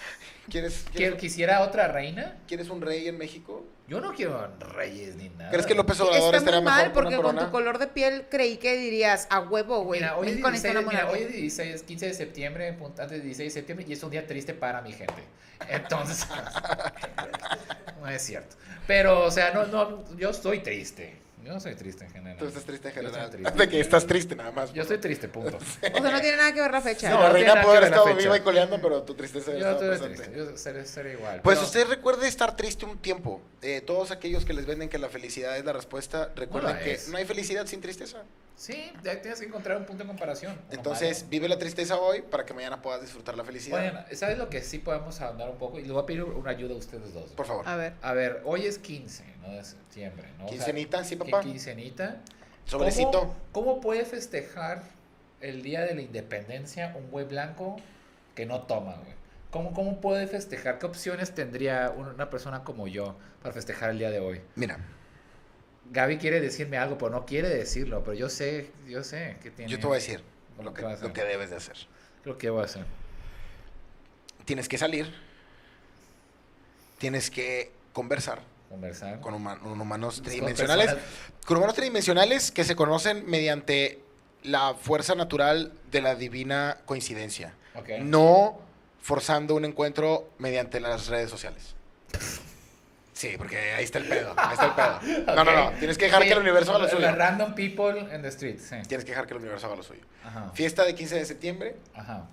¿Quieres,
¿Que-
quieres,
¿Quisiera otra reina?
quieres un rey en México?
Yo no quiero reyes ni nada.
¿Crees que López Obrador
Está
estará
muy
mejor
mal
que una
porque con
corona?
tu color de piel creí que dirías a huevo, güey.
Mira, hoy es
México necesita
16,
una
mira, hoy
monarquía".
es 16, 15 de septiembre, pun- antes de 16 de septiembre, y es un día triste para mi gente. Entonces, [laughs] no es cierto. Pero, o sea, no, no, yo estoy triste. Yo no soy triste en general.
Tú estás triste en
Yo estoy
general.
triste.
[laughs] De que estás triste nada más.
Yo estoy
[laughs]
triste, punto.
O sea, no tiene nada que ver la fecha.
No,
no
la
tiene nada
reina
que
pudo haber
ver la
estado
fecha.
viva y coleando, pero tu tristeza
Yo
hubiera estado
estoy
presente.
triste. Yo seré, seré igual.
Pues
pero-
usted recuerde estar triste un tiempo. Eh, todos aquellos que les venden que la felicidad es la respuesta, recuerden
No la
que
es.
no hay felicidad sin tristeza.
Sí, ya tienes que encontrar un punto de comparación. uno
Entonces,
malo.
vive la tristeza hoy para que mañana puedas disfrutar la felicidad.
Oigan, ¿sabes lo que sí podemos ahondar un poco? Y le voy a pedir una ayuda a ustedes dos.
Por favor.
A ver.
A ver, hoy es 15, ¿no? De septiembre, ¿no? O sea,
Quincenita, sí,
quin-
papá.
quincenita.
Sobrecito.
¿Cómo, cómo puede festejar el día de la independencia un güey blanco que no toma, güey? ¿Cómo, ¿Cómo puede festejar? ¿Qué opciones tendría un- una persona como yo para festejar el día de hoy?
Mira,
Gaby quiere decirme algo, pero no quiere decirlo, pero yo sé, yo sé que tiene.
yo te voy a decir
¿Cómo
lo que,
qué vas a
lo
hacer?
que debes de hacer.
Creo que voy a hacer.
Tienes que salir. Tienes que conversar
Conversar.
con, huma- con humanos
Con
tridimensionales.
personas.
Con humanos tridimensionales que se conocen mediante la fuerza natural de la divina coincidencia.
Ok.
No forzando un encuentro mediante las redes sociales. Sí, porque ahí está el pedo. Ahí está el
[laughs]
pedo. No, no, no.
Ok.
Tienes que dejar
Sí,
que el universo haga lo
la-
suyo.
la Random people in the street, sí.
Tienes que dejar que el universo haga lo suyo.
Ajá.
Fiesta de 15 de septiembre
Ajá.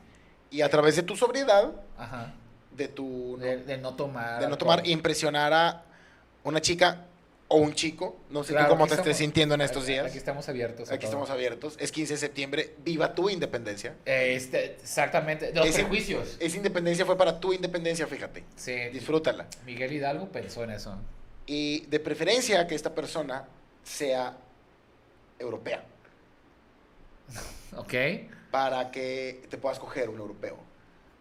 y a través de tu sobriedad,
Ajá.
de tu...
De, de no tomar.
de no tomar
alcohol.
impresionar a una chica o un chico. No sé tú
Claro,
cómo
aquí
te estés
estamos-
sintiendo en estos
aquí-
días.
Aquí estamos abiertos. a
Aquí
todo.
estamos abiertos. Es 15 de septiembre. Viva tu independencia.
Este, exactamente. Los
Ese- eh,
prejuicios.
Esa independencia fue para tu independencia, fíjate.
Sí.
Disfrútala.
Miguel Hidalgo pensó en eso.
Y de preferencia que esta persona sea europea.
Ok.
Para que te puedas coger un europeo.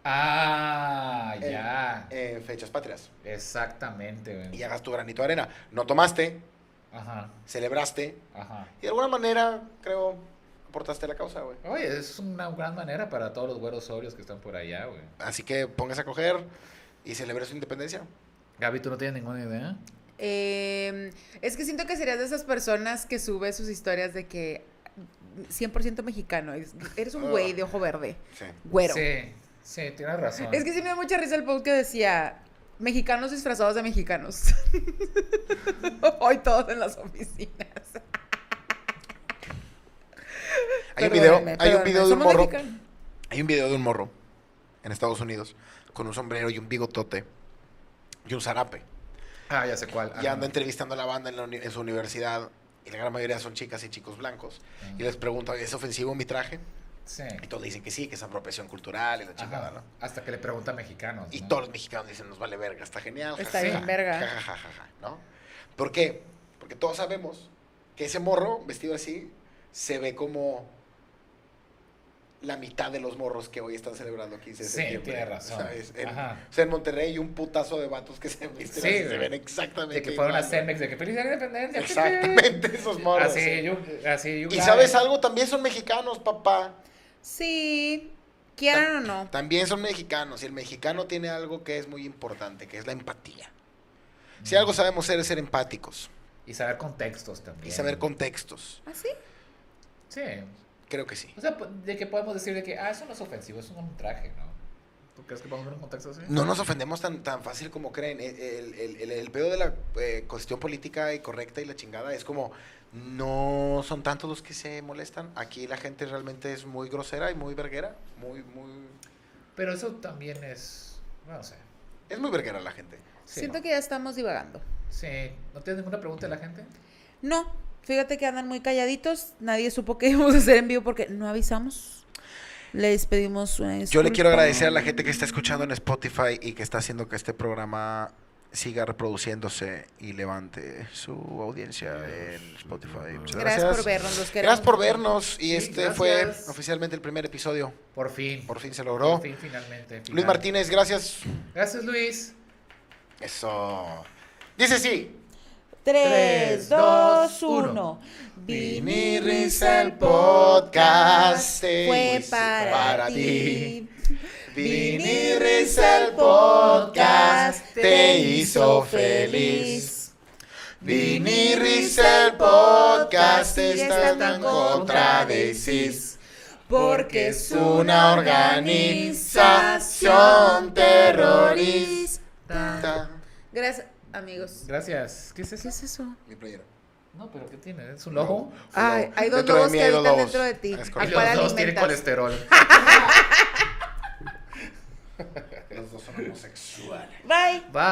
Ah,
en-
ya.
En fechas patrias.
Exactamente. güey.
Y hagas tu granito de arena. No tomaste,
Ajá.
celebraste.
Ajá.
Y de alguna manera, creo, aportaste a la causa, güey.
Oye, es una gran manera para todos los güeros sobrios que están por allá, güey.
Así que póngase a coger y celebre su independencia.
Gaby, ¿tú no tienes ninguna idea?
Eh, es que siento que serías de esas personas que sube sus historias de que 100% mexicano. es- Eres un
Ah.
güey de ojo verde,
Sí.
güero.
Sí, sí, tienes razón.
Es que sí me da mucha risa el post que decía mexicanos disfrazados de mexicanos. [laughs] Hoy todos en las oficinas.
Hay un video,
Perdónenme,
hay un
perdónenme,
video de un
somos
morro.
mexicanos.
Hay un video de un morro en Estados Unidos con un sombrero y un bigotote y un zarape.
Ah, ya sé cuál.
y
Ah,
anda entrevistando a la banda en, la uni- en su universidad y la gran mayoría son chicas y chicos blancos
ah,
y les pregunta ¿es ofensivo mi traje?
Sí.
y todos dicen que sí que es apropiación cultural y la chingada
Ajá.
¿no?
Hasta que le pregunta a mexicanos.
y
¿no?
todos los mexicanos dicen nos vale verga está genial
Está
jajaja,
bien verga.
jajajaja", ¿no? ¿por qué? porque todos sabemos que ese morro vestido así se ve como la mitad de los morros que hoy están celebrando 15 de
Sí,
septiembre,
tiene razón.
¿sabes? En-
Ajá.
o sea, en Monterrey hay un putazo de vatos que se visten
Sí,
así, se
güey.
ven exactamente
De que fueron a
igual, güey.
Cemex, de que feliz día de la independencia.
Exactamente, esos morros.
Así, yo, así, yo.
Y sabes algo, también son mexicanos, papá.
Sí, quieran o no.
También son mexicanos. Y el mexicano tiene algo que es muy importante, que es la empatía. Si algo sabemos ser es ser empáticos
Y saber contextos también.
y saber contextos.
¿Ah, sí?
Sí.
Creo que sí.
O sea, de que podemos decir de que, ah, eso no es ofensivo, eso no es un traje, ¿no? ¿Tú crees que podemos ver un contexto así?
No nos ofendemos tan, tan fácil como creen. El, el- el- el- el pedo de la eh, cuestión política y correcta y la chingada es como, no son tantos los que se molestan. Aquí la gente realmente es muy grosera y muy verguera. Muy, muy...
Pero eso también es. No, sé.
Es muy verguera la gente.
Sí,
Siento que ya estamos divagando.
Sí. ¿No tienes ninguna pregunta de la gente?
No, fíjate que andan muy calladitos. Nadie supo que [laughs] íbamos a hacer en vivo porque no avisamos. Les pedimos eh, una
Yo le quiero
disculpa.
agradecer a la gente que está escuchando en Spotify y que está haciendo que este programa siga reproduciéndose y levante su audiencia en Spotify. Muchas
Gracias,
gracias.
por vernos. Los queremos.
Gracias por vernos y
Sí,
este
gracias.
fue oficialmente el primer episodio.
Por fin.
Por fin se logró.
Por fin, finalmente. final.
Luis Martínez, gracias.
Gracias, Luis.
Eso. Dice sí.
3,
Tres,
2,
dos,
1.
uno.
Vini Risa, el podcast,
Fue
eh,
para
para
ti.
Vini Riz, el podcast te hizo feliz. Vini Riz, el podcast está en contra de ISIS. Porque es una organización terrorista.
Gracias, amigos.
Gracias. ¿Qué es eso?
¿Qué es eso?
Mi playera.
No, pero ¿qué tiene? ¿Es un lobo?
Ay, hay dos
Dentro de
lobos
mí
que
hay dos
habitan
lobos.
dentro de ti.
Es
¿A
correcto.
cuál
Los dos tienen
alimentas? [laughs]
colesterol.
Los dos son homosexuales.
Bye.
Va.